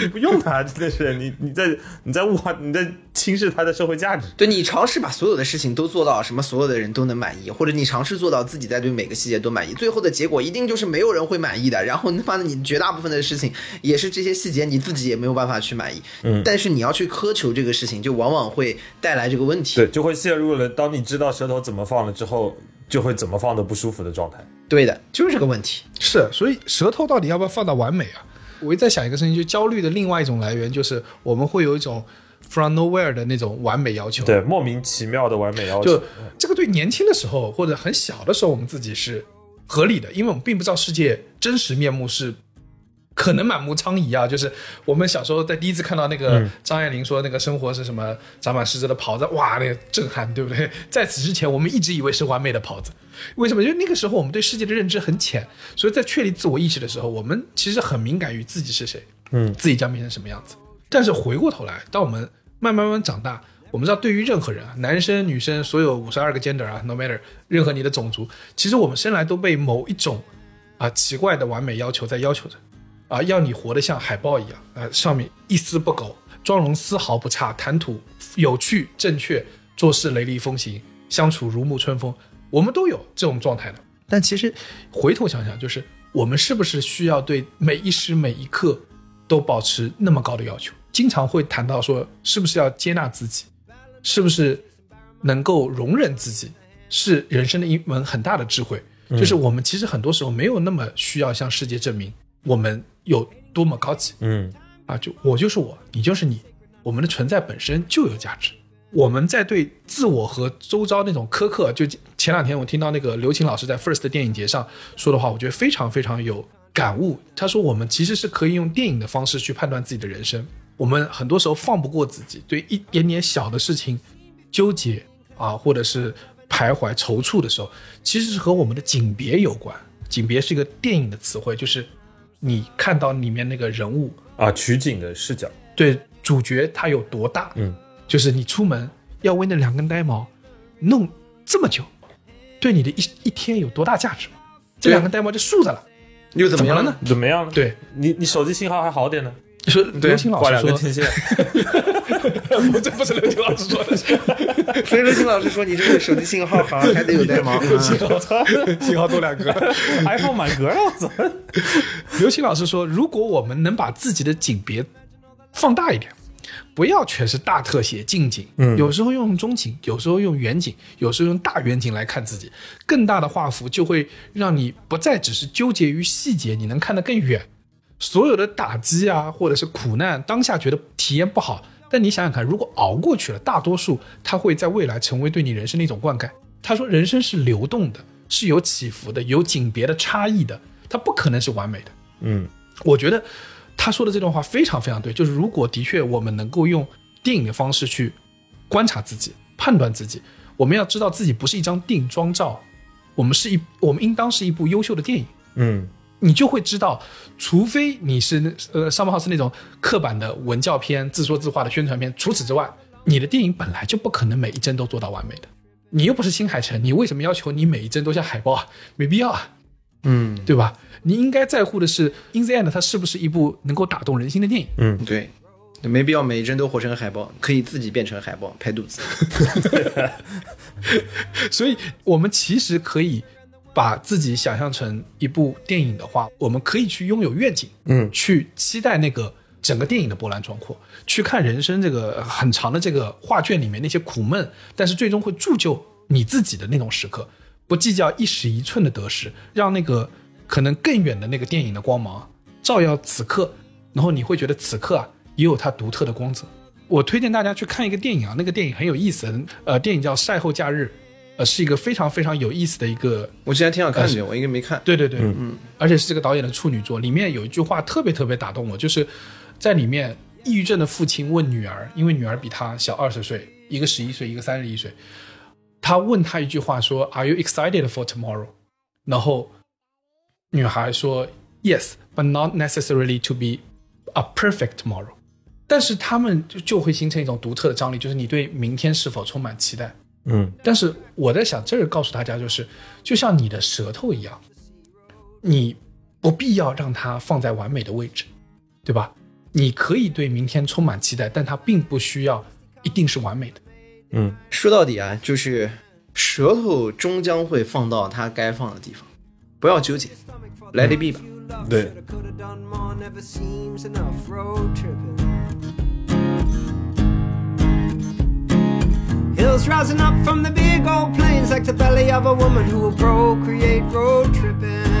Speaker 4: 你不用它，真的是你你在你在物化你在轻视它的社会价值。
Speaker 3: 对你尝试把所有的事情都做到什么，所有的人都能满意，或者你尝试做到自己在对每个细节都满意，最后的结果一定就是没有人会满意的。然后他妈的，你绝大部分的事情也是这些细节你自己也没有办法去满意。嗯，但是你要去苛求这个事情，就往往会带来这个问题。
Speaker 4: 对，就会陷入了当你知道舌头怎么放了之后，就会怎么放都不舒服的状态。
Speaker 3: 对的，就是这个问题。
Speaker 2: 是，所以舌头到底要不要放到完美啊？我一直在想一个事情，就焦虑的另外一种来源就是我们会有一种 from nowhere 的那种完美要求。，
Speaker 4: 对，莫名其妙的完美要求
Speaker 2: 就，这个对年轻的时候或者很小的时候我们自己是合理的，因为我们并不知道世界真实面目是。可能满目疮痍啊，就是我们小时候在第一次看到那个张爱玲说那个生活是什么长满虱子的袍子，哇，那个震撼，对不 对？在此之前，我们一直以为是完美的袍子，为什么？因为那个时候我们对世界的认知很浅，所以在确立自我意识的时候，我们其实很敏感于自己是谁，
Speaker 4: 嗯
Speaker 2: 自己将变成什么样子。但是回过头来，当我们慢慢慢慢长大，我们知道，对于任何人啊，男生女生，所有五十二个 gender 啊，no matter，任何你的种族，其实我们生来都被某一种啊奇怪的完美要求在要求着，啊，要你活得像海豹一样，啊，上面一丝不苟，妆容丝毫不差，谈吐有趣正确，做事雷厉风行，相处如沐春风，我们都有这种状态的。但其实回头想想，就是我们是不是需要对每一时每一刻都保持那么高的要求？经常会谈到说，是不是要接纳自己？是不是能够容忍自己，是人生的一门很大的智慧。就是我们其实很多时候没有那么需要向世界证明我们有多么高级
Speaker 4: 嗯，
Speaker 2: 啊！就我就是我，你就是你，我们的存在本身就有价值。我们在对自我和周遭那种苛刻，就前两天我听到那个刘琴老师在 First 电影节上说的话，我觉得非常非常有感悟。他说，我们其实是可以用电影的方式去判断自己的人生。我们很多时候放不过自己，对一点点小的事情纠结啊，或者是徘徊踌躇的时候，其实是和我们的景别有关。景别是一个电影的词汇，就是你看到里面那个人物
Speaker 4: 啊，取景的视角，
Speaker 2: 对主角他有多大，
Speaker 4: 嗯，
Speaker 2: 就是你出门要为那两根呆毛弄这么久，对你的一一天有多大价值？这
Speaker 3: 对啊
Speaker 2: 两根呆毛就竖着了，
Speaker 3: 又怎
Speaker 2: 怎么
Speaker 3: 么
Speaker 2: 了
Speaker 3: 了
Speaker 2: 呢？？
Speaker 4: 怎么样？，
Speaker 2: 对，
Speaker 4: 你你手机信号还好点呢，
Speaker 2: 说刘青老
Speaker 4: 挂
Speaker 2: 师
Speaker 4: 两
Speaker 2: 说
Speaker 4: 个，天线，
Speaker 2: 不这不是刘青老师说的，
Speaker 3: 所以刘金老师说你这个手机信号好像 还得有带毛。
Speaker 4: 我操
Speaker 2: 幸好多两个。
Speaker 4: 嗯 ，iPhone 满格了，我操，
Speaker 2: 刘青老师说，如果我们能把自己的景别放大一点，不要全是大特写、近景，
Speaker 4: 嗯
Speaker 2: 有时候用中景，有时候用远景，有时候用大远景来看自己，更大的画幅就会让你不再只是纠结于细节，你能看得更远。所有的打击啊，或者是苦难，当下觉得体验不好，但你想想看，如果熬过去了，大多数它会在未来成为对你人生的一种灌溉。他说，人生是流动的，是有起伏的，有景别的差异的，它不可能是完美的。
Speaker 4: 嗯，
Speaker 2: 我觉得他说的这段话非常非常对，就是如果的确我们能够用电影的方式去观察自己、判断自己，我们要知道自己不是一张定妆照，我们是一，我们应当是一部优秀的电影。
Speaker 4: 嗯，
Speaker 2: 你就会知道，除非你是那呃上 o 号是那种刻板的文教片、自说自话的宣传片，除此之外，你的电影本来就不可能每一帧都做到完美的。你又不是新海诚，你为什么要求你每一帧都像海报啊？没必要啊，
Speaker 3: 嗯，
Speaker 2: 对吧？你应该在乎的是《In the End》它是不是一部能够打动人心的电影。
Speaker 3: 对，没必要每一帧都活成海报，可以自己变成海报拍肚子。
Speaker 2: 所以我们其实可以把自己想象成一部电影的话，我们可以去拥有愿景，
Speaker 4: 嗯
Speaker 2: 去期待那个整个电影的波澜壮阔，去看人生这个很长的这个画卷里面那些苦闷，但是最终会铸就你自己的那种时刻，不计较一时一寸的得失，让那个可能更远的那个电影的光芒照耀此刻，然后你会觉得此刻啊也有它独特的光泽。我推荐大家去看一个电影啊，那个电影很有意思，呃，电影叫《晒后假日》，呃，是一个非常非常有意思的一个
Speaker 3: 我之前挺想看的，我应该没看。
Speaker 2: 对对对，嗯，而且是这个导演的处女作，里面有一句话特别特别打动我，就是在里面，抑郁症的父亲问女儿，因为女儿比他小二十岁，一个十一岁，一个三十一岁，他问他一句话说：“Are you excited for tomorrow？” 然后女孩说：“Yes, but not necessarily to be a perfect tomorrow。”但是他们就就会形成一种独特的张力，就是你对明天是否充满期待。
Speaker 4: 嗯
Speaker 2: 但是我在想，这个告诉大家就是，就像你的舌头一样，你不必要让它放在完美的位置，对吧？你可以对明天充满期待，但它并不需要一定是完美的。
Speaker 4: 嗯，
Speaker 3: 说到底啊，就是舌头终将会放到它该放的地方，不要纠结，Let it be 吧。
Speaker 4: 对，
Speaker 6: Coulda done more, never seems enough road tripping. Hills rising up from the big old plains like the belly of a woman who will procreate road tripping.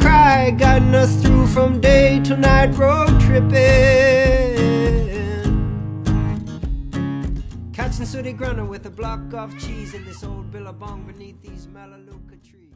Speaker 6: cry, guiding us through from day to night road tripping. Catching sooty grunter with a block of cheese in this old billabong beneath these Melaleuca trees.